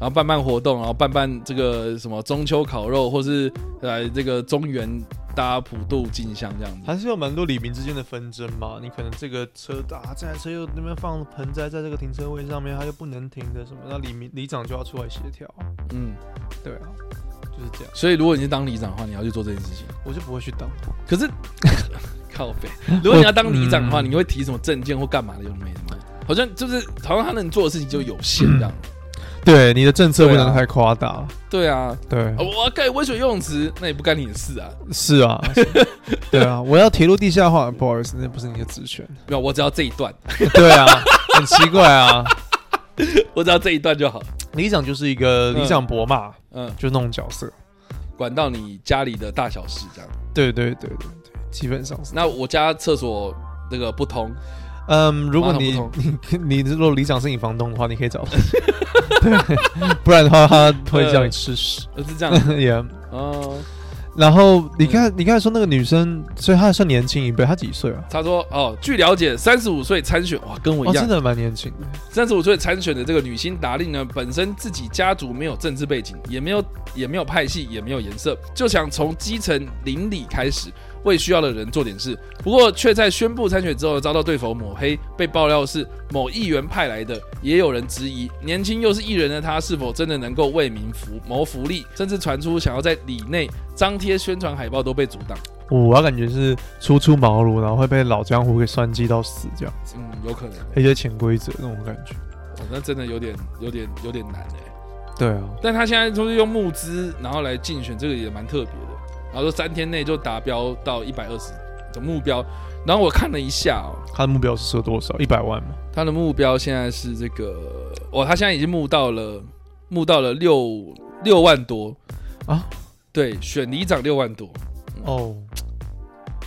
B: 然后办办活动，然后办办这个什么中秋烤肉，或是来这个中原搭普渡进香这样子。
A: 还是有蛮多里民之间的纷争嘛。你可能这个车啊，这台车又那边放盆栽在这个停车位上面，它又不能停的什么，那里民里长就要出来协调。
B: 嗯，
A: 对啊，就是这样。
B: 所以如果你是当里长的话，你要去做这件事情。
A: 我就不会去当，
B: 可 是靠北，如果你要当里长的话，
A: 嗯
B: 你会提什么证件或干嘛的？有的没的吗？好像就是好像他能做的事情就有限这样。
A: 对你的政策不
B: 对
A: 能
B: 啊
A: 太夸大。
B: 对啊，
A: 对
B: 啊，我要盖温水游泳池，那也不干你的事啊。
A: 是 啊，是对啊，我要铁路地下化，不好意思，那不是你的职权。
B: 没有，我只要这一段，
A: 对啊，很奇怪 啊，
B: 我只要这一段就好。
A: 里长就是一个里长伯嘛，
B: 嗯，
A: 就是那种角色。
B: 管到你家里的大小事这样。
A: 对对对对对，基本上是。
B: 那我家厕所那个不通，
A: 嗯，如果
B: 马桶
A: 你
B: 不
A: 你 你如果里长是你房东的话，你可以找他。 对，不然的话他会叫你吃屎。
B: 呃是这样子。
A: 也，
B: 哦，
A: 然后你看，你刚才说那个女生，所以她还算年轻一辈，她几岁啊？
B: 他说哦，据了解，三十五岁参选，哇，跟我一
A: 哦，
B: 样
A: 真，的蛮年轻的。
B: 三十五岁参选的这个女星达令呢，本身自己家族没有政治背景，也没有也没有派系，也没有颜色，就想从基层邻里开始。为需要的人做点事，不过却在宣布参选之后遭到对手抹黑，被爆料是某议员派来的，也有人质疑年轻又是艺人的他是否真的能够为民服谋福利，甚至传出想要在里内张贴宣传海报都被阻挡。
A: 我感觉是初出茅庐，然后会被老江湖给算计到死这样子，
B: 嗯，有可能，
A: 一些潜规则那种感觉。
B: 哦那真的有点有点有点难哎、
A: 对啊，
B: 但他现在就是用募资，然后来竞选，这个也蛮特别的。然后说三天内就达标到一百二十的目标。然后我看了一下哦，
A: 他的目标是设多少？一百万嘛。
B: 他的目标现在是这个，哦，他现在已经募到了，募到了六六万多
A: 啊，
B: 对，选里长六万多，
A: 哦，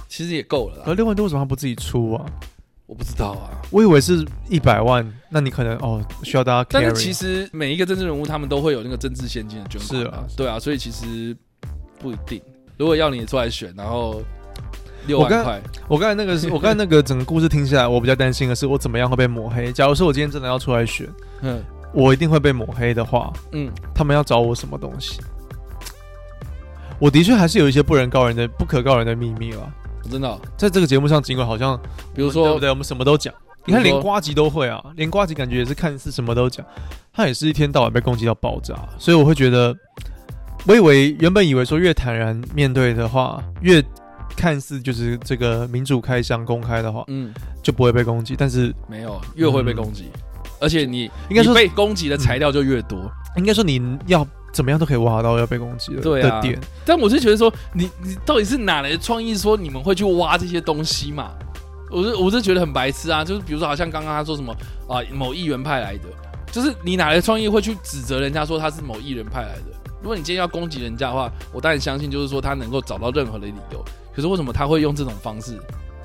B: 其实也够了啦
A: 而。六万多为什么他不自己出啊？
B: 我不知道啊，
A: 我以为是一百万，那你可能哦需要大家 carry。
B: 但是其实每一个政治人物他们都会有那个政治现金的捐款、
A: 是啊
B: 对啊，所以其实不一定。如果要你出来选，然后六
A: 我
B: 万
A: 刚
B: 块，
A: 我刚才那个 是，我刚才那个整个故事听下来，我比较担心的是我怎么样会被抹黑。假如说我今天真的要出来选，
B: 嗯
A: 我一定会被抹黑的话，
B: 嗯，
A: 他们要找我什么东西？我的确还是有一些不人告人的、不可告人的秘密啦。
B: 真的哦、
A: 在这个节目上，尽管好像
B: 比如
A: 对
B: 说
A: 不对，我们什么都讲。你看，
B: 比如
A: 连
B: 说
A: 瓜吉都会啊，连瓜吉感觉也是看似什么都讲，他也是一天到晚被攻击到爆炸，所以我会觉得，我以为原本以为说越坦然面对的话，越看似就是这个民主开箱公开的话，
B: 嗯，
A: 就不会被攻击，但是
B: 没有，越会被攻击，而且你
A: 嗯应该说
B: 你被攻击的材料就越多。
A: 应该说你要怎么样都可以挖到要被攻击的
B: 对啊
A: 的点，
B: 但我是觉得说，你你到底是哪来的创意说你们会去挖这些东西嘛？我是我是觉得很白痴啊，就是比如说，好像刚刚他说什么啊、某议员派来的，就是你哪来的创意会去指责人家说他是某议员派来的？如果你今天要攻击人家的话，我当然相信就是说他能够找到任何的理由。可是为什么他会用这种方式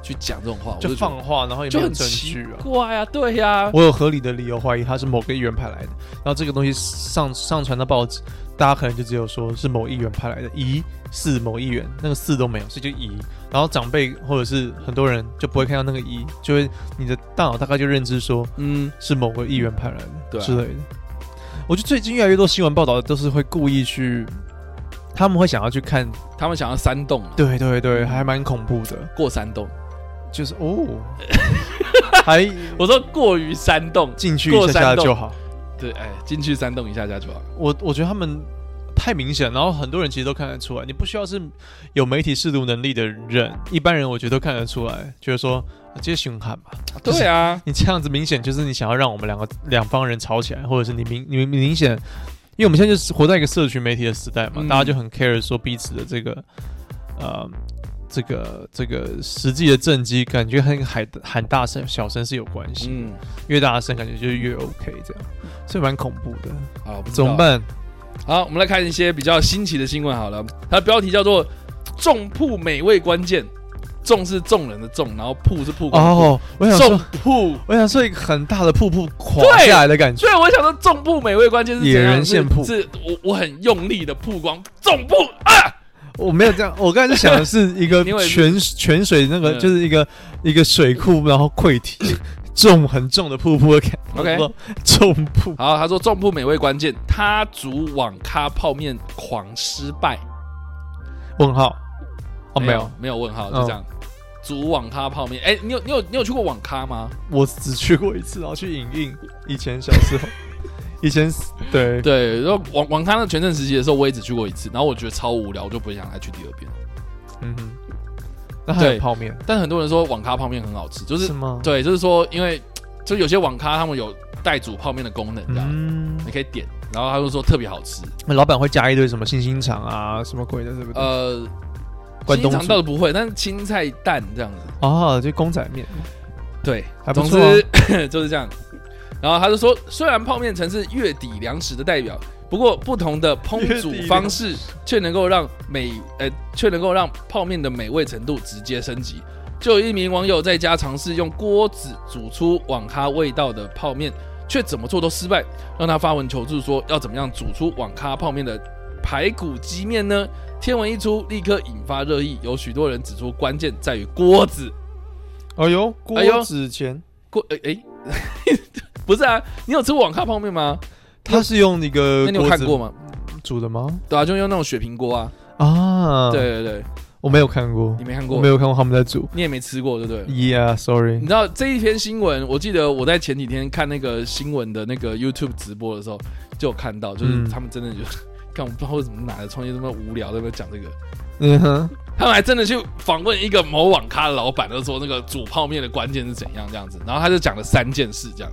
B: 去讲这种话？我
A: 就
B: 就觉得
A: 放话，然后也
B: 就
A: 没有
B: 很
A: 证
B: 奇
A: 据啊。
B: 怪啊，对呀、
A: 我有合理的理由怀疑他是某个议员派来的，然后这个东西上上传到报纸，大家可能就只有说是某议员派来的，疑似某议员，那个似都没有，所以就疑。然后长辈或者是很多人就不会看到那个疑，就会你的大脑大概就认知说
B: 嗯，
A: 是某个议员派来的、
B: 对啊
A: 之类的。我觉得最近越来越多新闻报道都是会故意去，他们会想要去看，
B: 他们想要煽动、啊，
A: 对对对，还蛮恐怖的，
B: 过煽动。
A: 就是 哦，还
B: 我说过于煽动，
A: 进去一下下就好。
B: 对，哎，进去煽动一下下就好。
A: 我我觉得他们太明显，然后很多人其实都看得出来。你不需要是有媒体试读能力的人，一般人我觉得都看得出来，觉得说啊这些凶悍嘛。就是
B: 对啊，
A: 你这样子明显就是你想要让我们两个两方人吵起来，或者是你明 你明明显，因为我们现在就是活在一个社群媒体的时代嘛，
B: 嗯
A: 大家就很 care 说彼此的这个呃。这个这个实际的政绩，感觉和喊喊大声小声是有关系，
B: 嗯，
A: 越大声感觉就越 OK 这样，所以蛮恐怖的。
B: 好，不知
A: 怎
B: 道
A: 么？办？
B: 好，我们来看一些比较新奇的新闻好了。它的标题叫做“重铺美味关键”，重是众人的众，然后铺是铺光的
A: 哦，我
B: 铺
A: 想
B: 重
A: 说，
B: 铺。
A: 我想说一个很大的瀑布垮下来的感觉，
B: 所以我想说，重铺美味关键是
A: 野
B: 怎样
A: 人现铺
B: 是是我我很用力的曝光重铺啊，
A: 我没有这样，我刚才就 想的是一个
B: 你以为是
A: 泉泉水那个，
B: 嗯
A: 就是一个一个水库，然后溃堤， 重很重的瀑布的感
B: OK
A: 重瀑
B: 好，他说重铺美味关键，他主网咖泡面狂失败。
A: 问号哦没有，哦
B: 没有问号，就这样。主网咖泡面，哎、你有你有你有去过网咖吗？
A: 我只去过一次，然后去影印，以前小时 候，以前 对
B: 对，然后网网咖的全盛时期的时候，我也只去过一次，然后我觉得超无聊，我就不想再去第二遍。
A: 嗯哼，那还有
B: 对
A: 泡面
B: 但很多人说网咖泡面很好吃，就是
A: 是吗？，
B: 对，就是说因为就有些网咖他们有带煮泡面的功能，这样、
A: 嗯，
B: 你可以点，然后他就说特别好吃。
A: 老板会加一堆什么星星肠啊，什么鬼的，对不对？
B: 呃，
A: 关东
B: 青肠
A: 煮
B: 倒是不会，但是青菜蛋这样子，
A: 哦，就公仔面，
B: 对，
A: 还不
B: 总
A: 错啊
B: 之 就是这样。然后他就说，虽然泡面曾是月底粮食的代表，不过不同的烹煮方式却能够让美呃却能够让泡面的美味程度直接升级。就有一名网友在家尝试用锅子煮出网咖味道的泡面，却怎么做都失败，让他发文求助说要怎么样煮出网咖泡面的排骨鸡面呢？天文一出，立刻引发热议，有许多人指出关键在于锅子。
A: 哎呦，
B: 哎呦
A: 锅子钱，
B: 锅诶诶， 不是啊，你有吃过网咖泡面吗？
A: 它是用那个
B: 那你有
A: 呃锅
B: 看
A: 子
B: 过吗？
A: 煮的吗？
B: 对啊，就用那种雪平锅啊。
A: 啊，，
B: 对对对，
A: 我没有看过
B: 你，没看
A: 我
B: 过，
A: 没有看过他们在煮。
B: 你也没吃过，对不对？你
A: Yeah，sorry，
B: 知道这一篇新闻，我记得我在前几天看那个新闻的那个 YouTube 直播的时候，就有看到，就是
A: 嗯
B: 他们真的就， 看、我不知道为什么哪个创业这么无聊，在那边讲这个，
A: 嗯哼，
B: 他们还真的去访问一个某网咖的老板，就说那个煮泡面的关键是怎样这样子，然后他就讲了三件事，这样，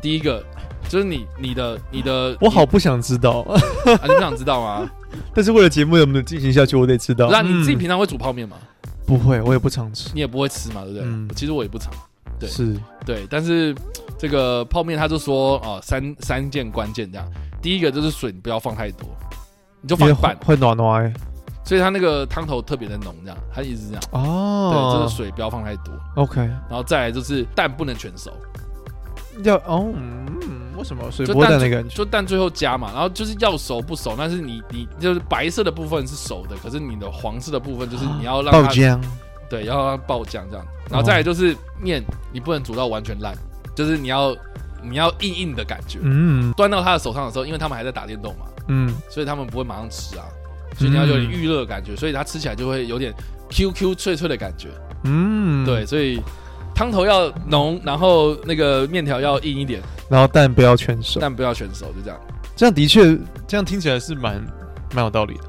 B: 第一个就是你你的你的，
A: 我好不想知道，
B: 啊，你不想知道吗？
A: 但是为了节目能不能进行下去，我得知道。
B: 那你自己
A: 嗯
B: 平常会煮泡面吗？
A: 不会，我也不常吃。
B: 你也不会吃嘛，对不对？
A: 嗯
B: 其实我也不常。对
A: 是，
B: 对，但是这个泡面他就说哦、三三件关键这样，第一个就是水你不要放太多，你就
A: 因
B: 放
A: 为
B: 一
A: 会
B: 半，
A: 会暖暖欸
B: 所以他那个汤头特别的浓，这样他一直这样。对，
A: 哦，
B: 就是水不要放太多，
A: OK，
B: 然后再来就是蛋不能全熟，
A: 要哦，嗯，为什么水
B: 就
A: 波
B: 蛋
A: 蛋的感觉？
B: 就蛋最后加嘛，然后就是要熟不熟，但是你你就是白色的部分是熟的，可是你的黄色的部分就是你要让
A: 爆
B: 它
A: 浆
B: 对，要让它爆浆这样。然后再来就是面，你不能煮到完全烂，就是你要你要硬硬的感觉。
A: 嗯
B: 端到他的手上的时候，因为他们还在打电动嘛，
A: 嗯，
B: 所以他们不会马上吃啊，所以你要有点预热的感觉，所以它吃起来就会有点 Q Q 脆脆的感觉。
A: 嗯，
B: 对，，所以汤头要浓，然后那个面条要硬一点，
A: 然后蛋不要全熟，
B: 但不要全熟，就这样。
A: 这样的确，这样听起来是蛮蛮有道理的。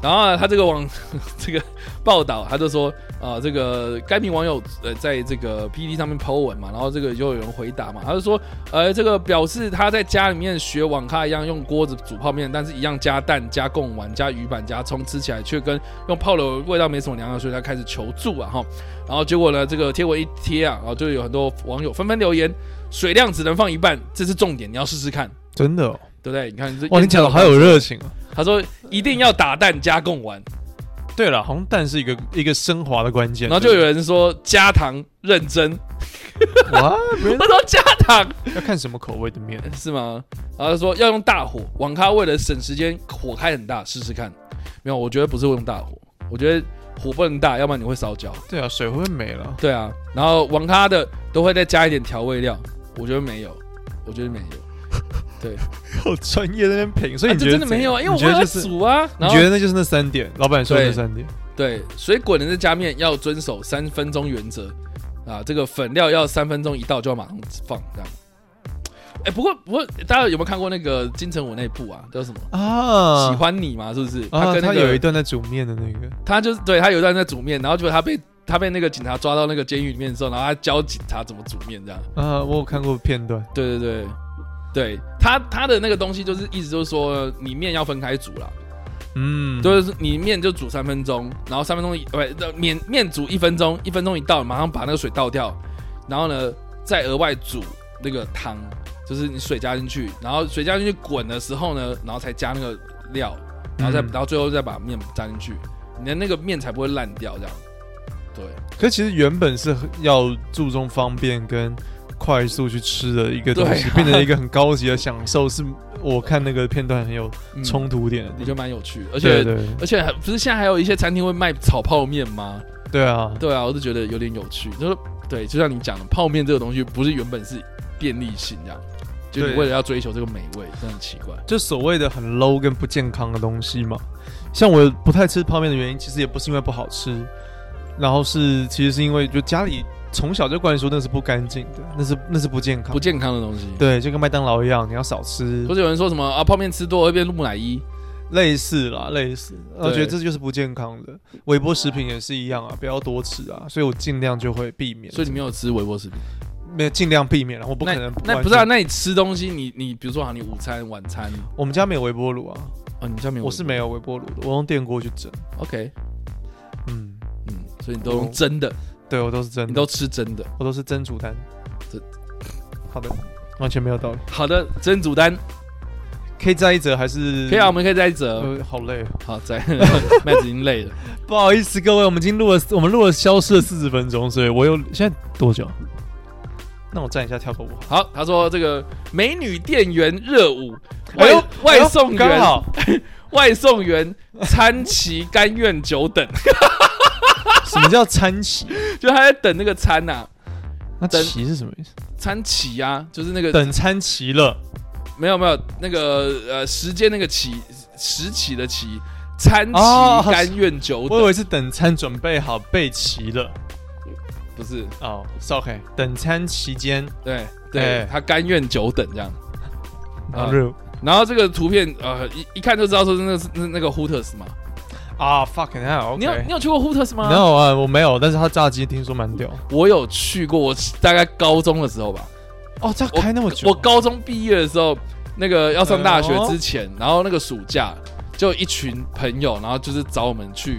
B: 然后、啊、他这个网 这个报道，他就说啊、这个该名网友呃在这个 P D 上面 Po 文嘛，然后这个就有人回答嘛，他就说呃这个表示他在家里面学网咖一样用锅子煮泡面，但是一样加蛋、加贡丸、加鱼板、加葱，吃起来却跟用泡的味道没什么两样，所以他开始求助啊哈。然后结果呢，这个贴文一贴啊，然后就有很多网友纷纷留言，水量只能放一半，这是重点，你要试试看，
A: 真的、哦，
B: 对不对？你看这
A: 哇，你讲的好有热情啊！
B: 他说一定要打蛋加贡丸。
A: 对了，好像蛋是一个一个升华的关键，
B: 然后就有人说加糖认真，
A: 哇，别人
B: 他说加糖
A: 要看什么口味的面，
B: 是吗？然后他说要用大火，网咖为了省时间，火开很大，试试看。没有，我觉得不是用大火，我觉得火不能大，要不然你会烧焦。
A: 对啊，水会没了，
B: 对啊，然后网咖的都会再加一点调味料，我觉得没有，我觉得没有，
A: 好专业在那边评，所以
B: 啊
A: 你觉
B: 这
A: 得、
B: 真的没有啊，因为我
A: 你觉
B: 会
A: 得
B: 来
A: 就是，
B: 煮啊。
A: 你
B: 然后
A: 觉得那就是那三点，老板说的
B: 对
A: 那三点，
B: 对，水滚了再加面要遵守三分钟原则啊，这个粉料要三分钟一到就要马上放这样。哎，不过不过，大家有没有看过那个金城武那部啊？叫什么？
A: 啊，
B: 喜欢你嘛？是不是？
A: 啊，
B: 跟那
A: 他
B: 个
A: 有一段在煮面的那个，
B: 他就是对他有一段在煮面，然后结果他被他被那个警察抓到那个监狱里面之后，然后他教警察怎么煮面这样。
A: 啊，我有看过片段，
B: 对对对，对他他的那个东西就是意思就是说你面要分开煮啦，
A: 嗯，
B: 就是你面就煮三分钟，然后三分钟一不是面面煮一分钟，一分钟一到，马上把那个水倒掉，然后呢再额外煮那个汤，就是你水加进去，然后水加进去滚的时候呢，然后才加那个料，然后再、
A: 嗯
B: 然后最后再把面加进去，你的那个面才不会烂掉这样。对，
A: 可其实原本是很要注重方便跟快速去吃的一个东西，
B: 对啊
A: 变成一个很高级的享受，是我看那个片段很有
B: 嗯
A: 冲突点的地
B: 你
A: 方。
B: 就蛮有趣，而且
A: 对对
B: 而且还不是现在还有一些餐厅会卖炒泡面吗？
A: 对啊！
B: 对啊，我就觉得有点有趣，就是对，就像你讲的，泡面这个东西不是原本是便利性这样，就你
A: 对
B: 为了要追求这个美味，真的很奇怪。
A: 就所谓的很 low 跟不健康的东西嘛。像我不太吃泡面的原因，其实也不是因为不好吃，然后是其实是因为就家里从小就灌输那是不干净的，那是那是不健康
B: 不。健康的东西。
A: 对，就跟麦当劳一样，你要少吃
B: 或，者有人说什么啊，泡面吃多会变木乃伊，
A: 类似啦，类似。我
B: 对
A: 觉得这就是不健康的。微波食品也是一样啊，不要多吃啊。所以我尽量就会避免，
B: 所以你没有吃微波食品。
A: 没有尽量避免了。我不可能
B: 那
A: 完
B: 不是啊？
A: 全
B: 那你吃东西，你你比如说好，你午餐、晚餐，
A: 我们家没有微波炉啊，
B: 哦，你下面
A: 我是没有微波炉的，我用电锅去整。
B: OK，
A: 嗯，
B: 嗯，所以你都用蒸的，
A: 对我都是蒸
B: 你
A: 的
B: 都，吃蒸的。
A: 我都是蒸煮单
B: 这。
A: 好的，完全没有道理。
B: 好的，蒸煮单
A: 可以再一折还是？
B: 可以啊，我们可以再折。
A: 呃，好累哦，
B: 好，再 麦子已经累了，
A: 不好意思各位，我们已经录了，我们录了消失了四十分钟，所以我有现在多久？那我站一下跳个舞好了。
B: 好，他说这个美女店员热舞，
A: 哎
B: 外、
A: 呦，
B: 外送员、
A: 刚好
B: 外送员餐期甘愿久等，
A: 什么叫餐旗？
B: 就他在等那个餐呐、
A: 那
B: 等
A: 旗是什么意思？
B: 餐期啊，就是那个
A: 等餐旗了，
B: 没有没有那个呃时间那个期时期的期，餐期
A: 哦
B: 甘愿久
A: 我
B: 等，
A: 以为是等餐准备好备齐了。
B: 不是
A: 哦、是 o k 等餐期间，
B: 对
A: 哎
B: 对，他甘愿久等这样。
A: 啊
B: 啊然后这个图片呃一一看就知道说那是那那个 Hooters 嘛，
A: 啊，fucking hell，OK、
B: 你有你有去过 Hooters 吗？
A: no 啊，我没有，但是他炸鸡听说蛮屌。
B: 我有去过，我大概高中的时候吧，
A: 哦，这
B: 我
A: 开那么久，
B: 我高中毕业的时候，那个要上大学之前，然后那个暑假就一群朋友，然后就是找我们去，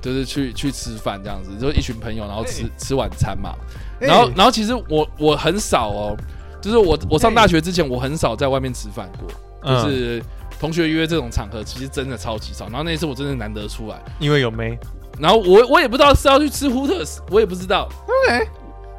B: 就是去去吃饭这样子，就一群朋友，然后吃、
A: 哎
B: 吃晚餐嘛。
A: 哎
B: 然后然后其实我我很少哦，就是我我上大学之前，我很少在外面吃饭过，就、
A: 嗯
B: 是同学约这种场合，其实真的超级少。然后那一次我真的难得出来，
A: 因为有妹，
B: 然后我我也不知道是要去吃 Hooters，我也不知道。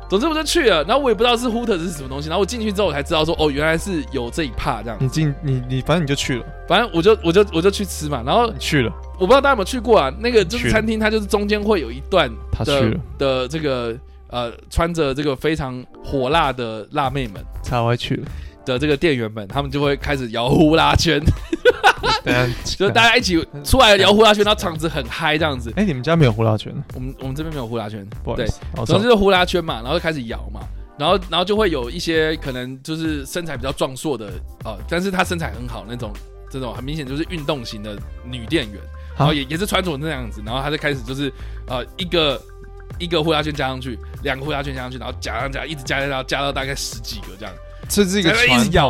B: 总之我就去了，然后我也不知道是 Hooters 是什么东西，然后我进去之后我才知道说，哦，原来是有这一趴这样。
A: 你进你你，反正你就去了，
B: 反正我就我就我就去吃嘛，然后
A: 你去了，
B: 我不知道大家有没有去过啊，那个就
A: 去
B: 是
A: 了
B: 餐厅，它就是中间会有一段
A: 嗯他去
B: 的
A: 了，
B: 的这个呃穿着这个非常火辣的辣妹们
A: 才会去 了。
B: 的这个店员们，他们就会开始摇呼啦圈，
A: 等一下，
B: 就是大家一起出来摇呼啦圈，然后场子很嗨这样子。
A: 哎、你们家没有胡辣卷，
B: 我们我们这边没有呼啦圈，
A: 不好意
B: 对
A: 思，哦
B: 总之就是呼啦圈嘛，然后就开始摇嘛，然后然后就会有一些可能就是身材比较壮硕的啊、呃但是她身材很好那种，这种很明显就是运动型的女店员，然后也也是穿着那样子，然后她就开始就是呃一个一个呼啦圈加上去，两个呼啦圈加上去，然后加上加一直加加加加到大概十几个这样，
A: 这是一个
B: 然后一
A: 传
B: 直摇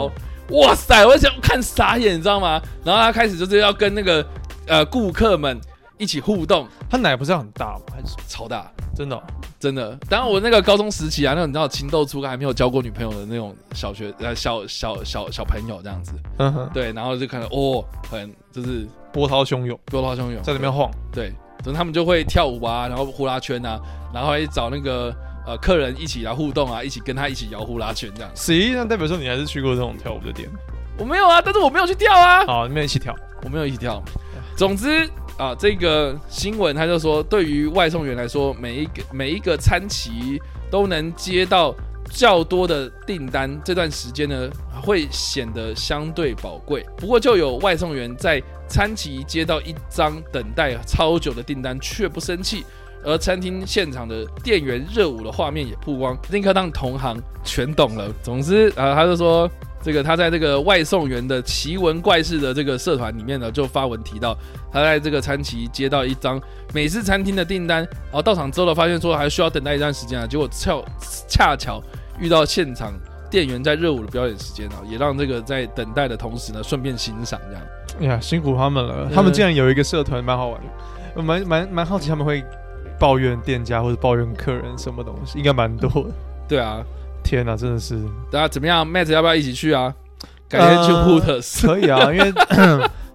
A: 统，，
B: 哇塞，我想看傻眼，你知道吗？然后她开始就是要跟那个呃顾客们一起互动，
A: 他奶不是很大吗？还是
B: 超大。
A: 真的哦、
B: 真的，当然我那个高中时期啊，那种你知道情窦初开还没有交过女朋友的那种小学呃小小小小朋友这样子，
A: 嗯哼，
B: 对，然后就看到哦，很就是
A: 波涛汹涌，
B: 波涛汹涌，
A: 在里面晃，
B: 对，等他们就会跳舞啊，然后呼啦圈啊，然后还找那个呃客人一起来互动啊，一起跟他一起摇呼啦圈这样子。
A: 谁？那代表说你还是去过这种跳舞的店。
B: 我没有啊，但是我没有去跳啊，
A: 好，你们一起跳。
B: 我没有一起跳。总之啊，这个新闻他就说，对于外送员来说，每一个每一个餐期都能接到较多的订单，这段时间呢会显得相对宝贵。不过，就有外送员在餐期接到一张等待超久的订单却不生气。而餐厅现场的店员热舞的画面也曝光，立刻让同行全懂了。总之，啊，他就说，这个他在这个外送员的奇闻怪事的这个社团里面呢，就发文提到，他在这个餐期接到一张美式餐厅的订单，然后到场之后呢，发现说还需要等待一段时间啊，结果恰恰巧遇到现场店员在热舞的表演时间啊，也让这个在等待的同时呢，顺便欣赏这样。
A: 哎呀，辛苦他们了，
B: 对
A: 他们竟然有一个社团，蛮好玩的。我蛮蛮蛮好奇他们会抱怨店家或者抱怨客人什么东西，应该蛮多的。
B: 对啊，
A: 天哪，真的是
B: 大家怎么样？Matt 要不要一起去啊？改天去
A: 呃
B: Hooters
A: 可以啊，因为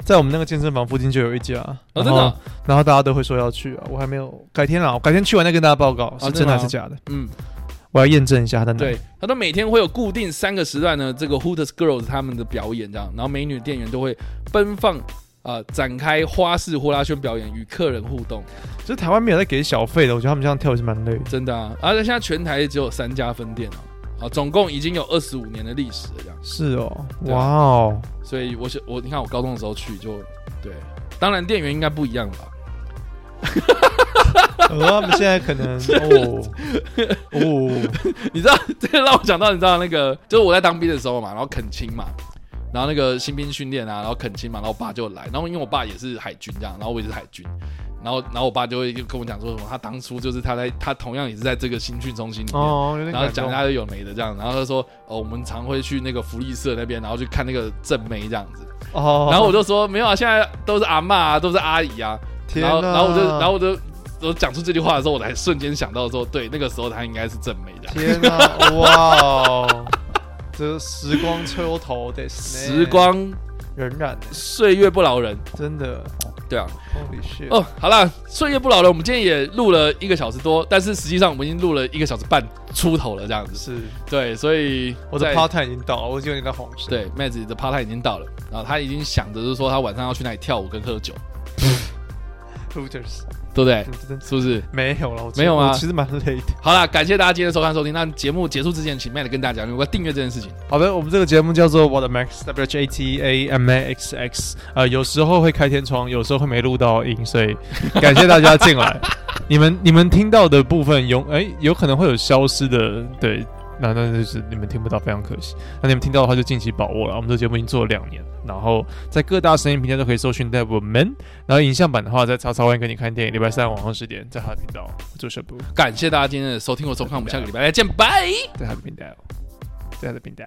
A: 在我们那个健身房附近就有一家，
B: 哦，真
A: 然
B: 的
A: 后、
B: 哦，
A: 然后大家都会说要去啊，我还没有，改天啊，我改天去完再跟大家报告是
B: 真
A: 哦真
B: 的
A: 的
B: 吗
A: 啊还是假的，
B: 嗯，
A: 我要验证一下他的。
B: 对，，他都每天会有固定三个时段呢，这个 Hooters Girls 他们的表演这样，然后美女店员都会奔放啊，展开花式呼啦圈表演与客人互动，
A: 就是台湾没有在给小费的，我觉得他们这样跳也是蛮累的。
B: 真的啊！而、且现在全台只有三家分店哦，啊，总共已经有二十五年的历史了，这样。
A: 是哦，
B: 对啊
A: 哇哦，
B: 所以我是我，你看我高中的时候去就对，当然店员应该不一样吧？
A: 而呃他们现在可 能哦哦，
B: 你知道，这个让我想到，你知道那个，就是我在当兵的时候嘛，然后恳亲嘛，然后那个新兵训练啊，然后恳亲嘛，然后我爸就来，然后因为我爸也是海军这样，然后我也是海军，然后然后我爸就会跟我讲说什么，他当初就是他在他同样也是在这个新训中心里面，
A: 哦，有点
B: 然后
A: 感
B: 讲
A: 动
B: 一。下就有没的这样，然后他说哦，我们常会去那个福利社那边，然后去看那个正妹这样子，
A: 哦，
B: 然后我就说没有啊，现在都是阿嬷啊，都是阿姨啊，
A: 天
B: 然后
A: 哪
B: 然后我就然后我就我讲出这句话的时候，我才瞬间想到说，对，那个时候他应该是正妹这样。
A: 天哪、哇哦，这时光抽头得
B: 时光
A: 荏苒，
B: 岁月不饶人，
A: 真的
B: 对啊。
A: ，Holy shit！
B: 哦，好啦，岁月不饶人，我们今天也录了一个小时多，但是实际上我们已经录了一个小时半出头了，这样子。
A: 是
B: 对，所以
A: 我的
B: 在
A: part time 已经到了，我已经有点到红色。
B: 对妹子的 part time 已经到了，然后她已经想着就是说她晚上要去哪里跳舞跟喝酒，
A: ，Hooters，
B: 对不对？
A: 真真
B: 是不是？
A: 没有了，我
B: 哎没有吗
A: 我其实蛮累的。
B: 好啦，感谢大家今天的收看收听。那节目结束之前，请妹子跟大家讲有关订阅这件事情。
A: 好的，我们这个节目叫做 What a Max W H A T A M A X X，呃，有时候会开天窗，有时候会没录到音，所以感谢大家进来。你们你们听到的部分有哎、有可能会有消失的，对，那那就是你们听不到，非常可惜。那你们听到的话就尽情把握了。我们这个节目已经做了两年，然后在各大声音平台都可以搜寻到我们。然后影像版的话，在叉叉 Y 跟你看电影，礼拜三晚上十点在他的频道，我做直播，
B: 感谢大家今天的收听和收看，我们下个礼拜再见，拜。
A: 在他的频道，在他的频道。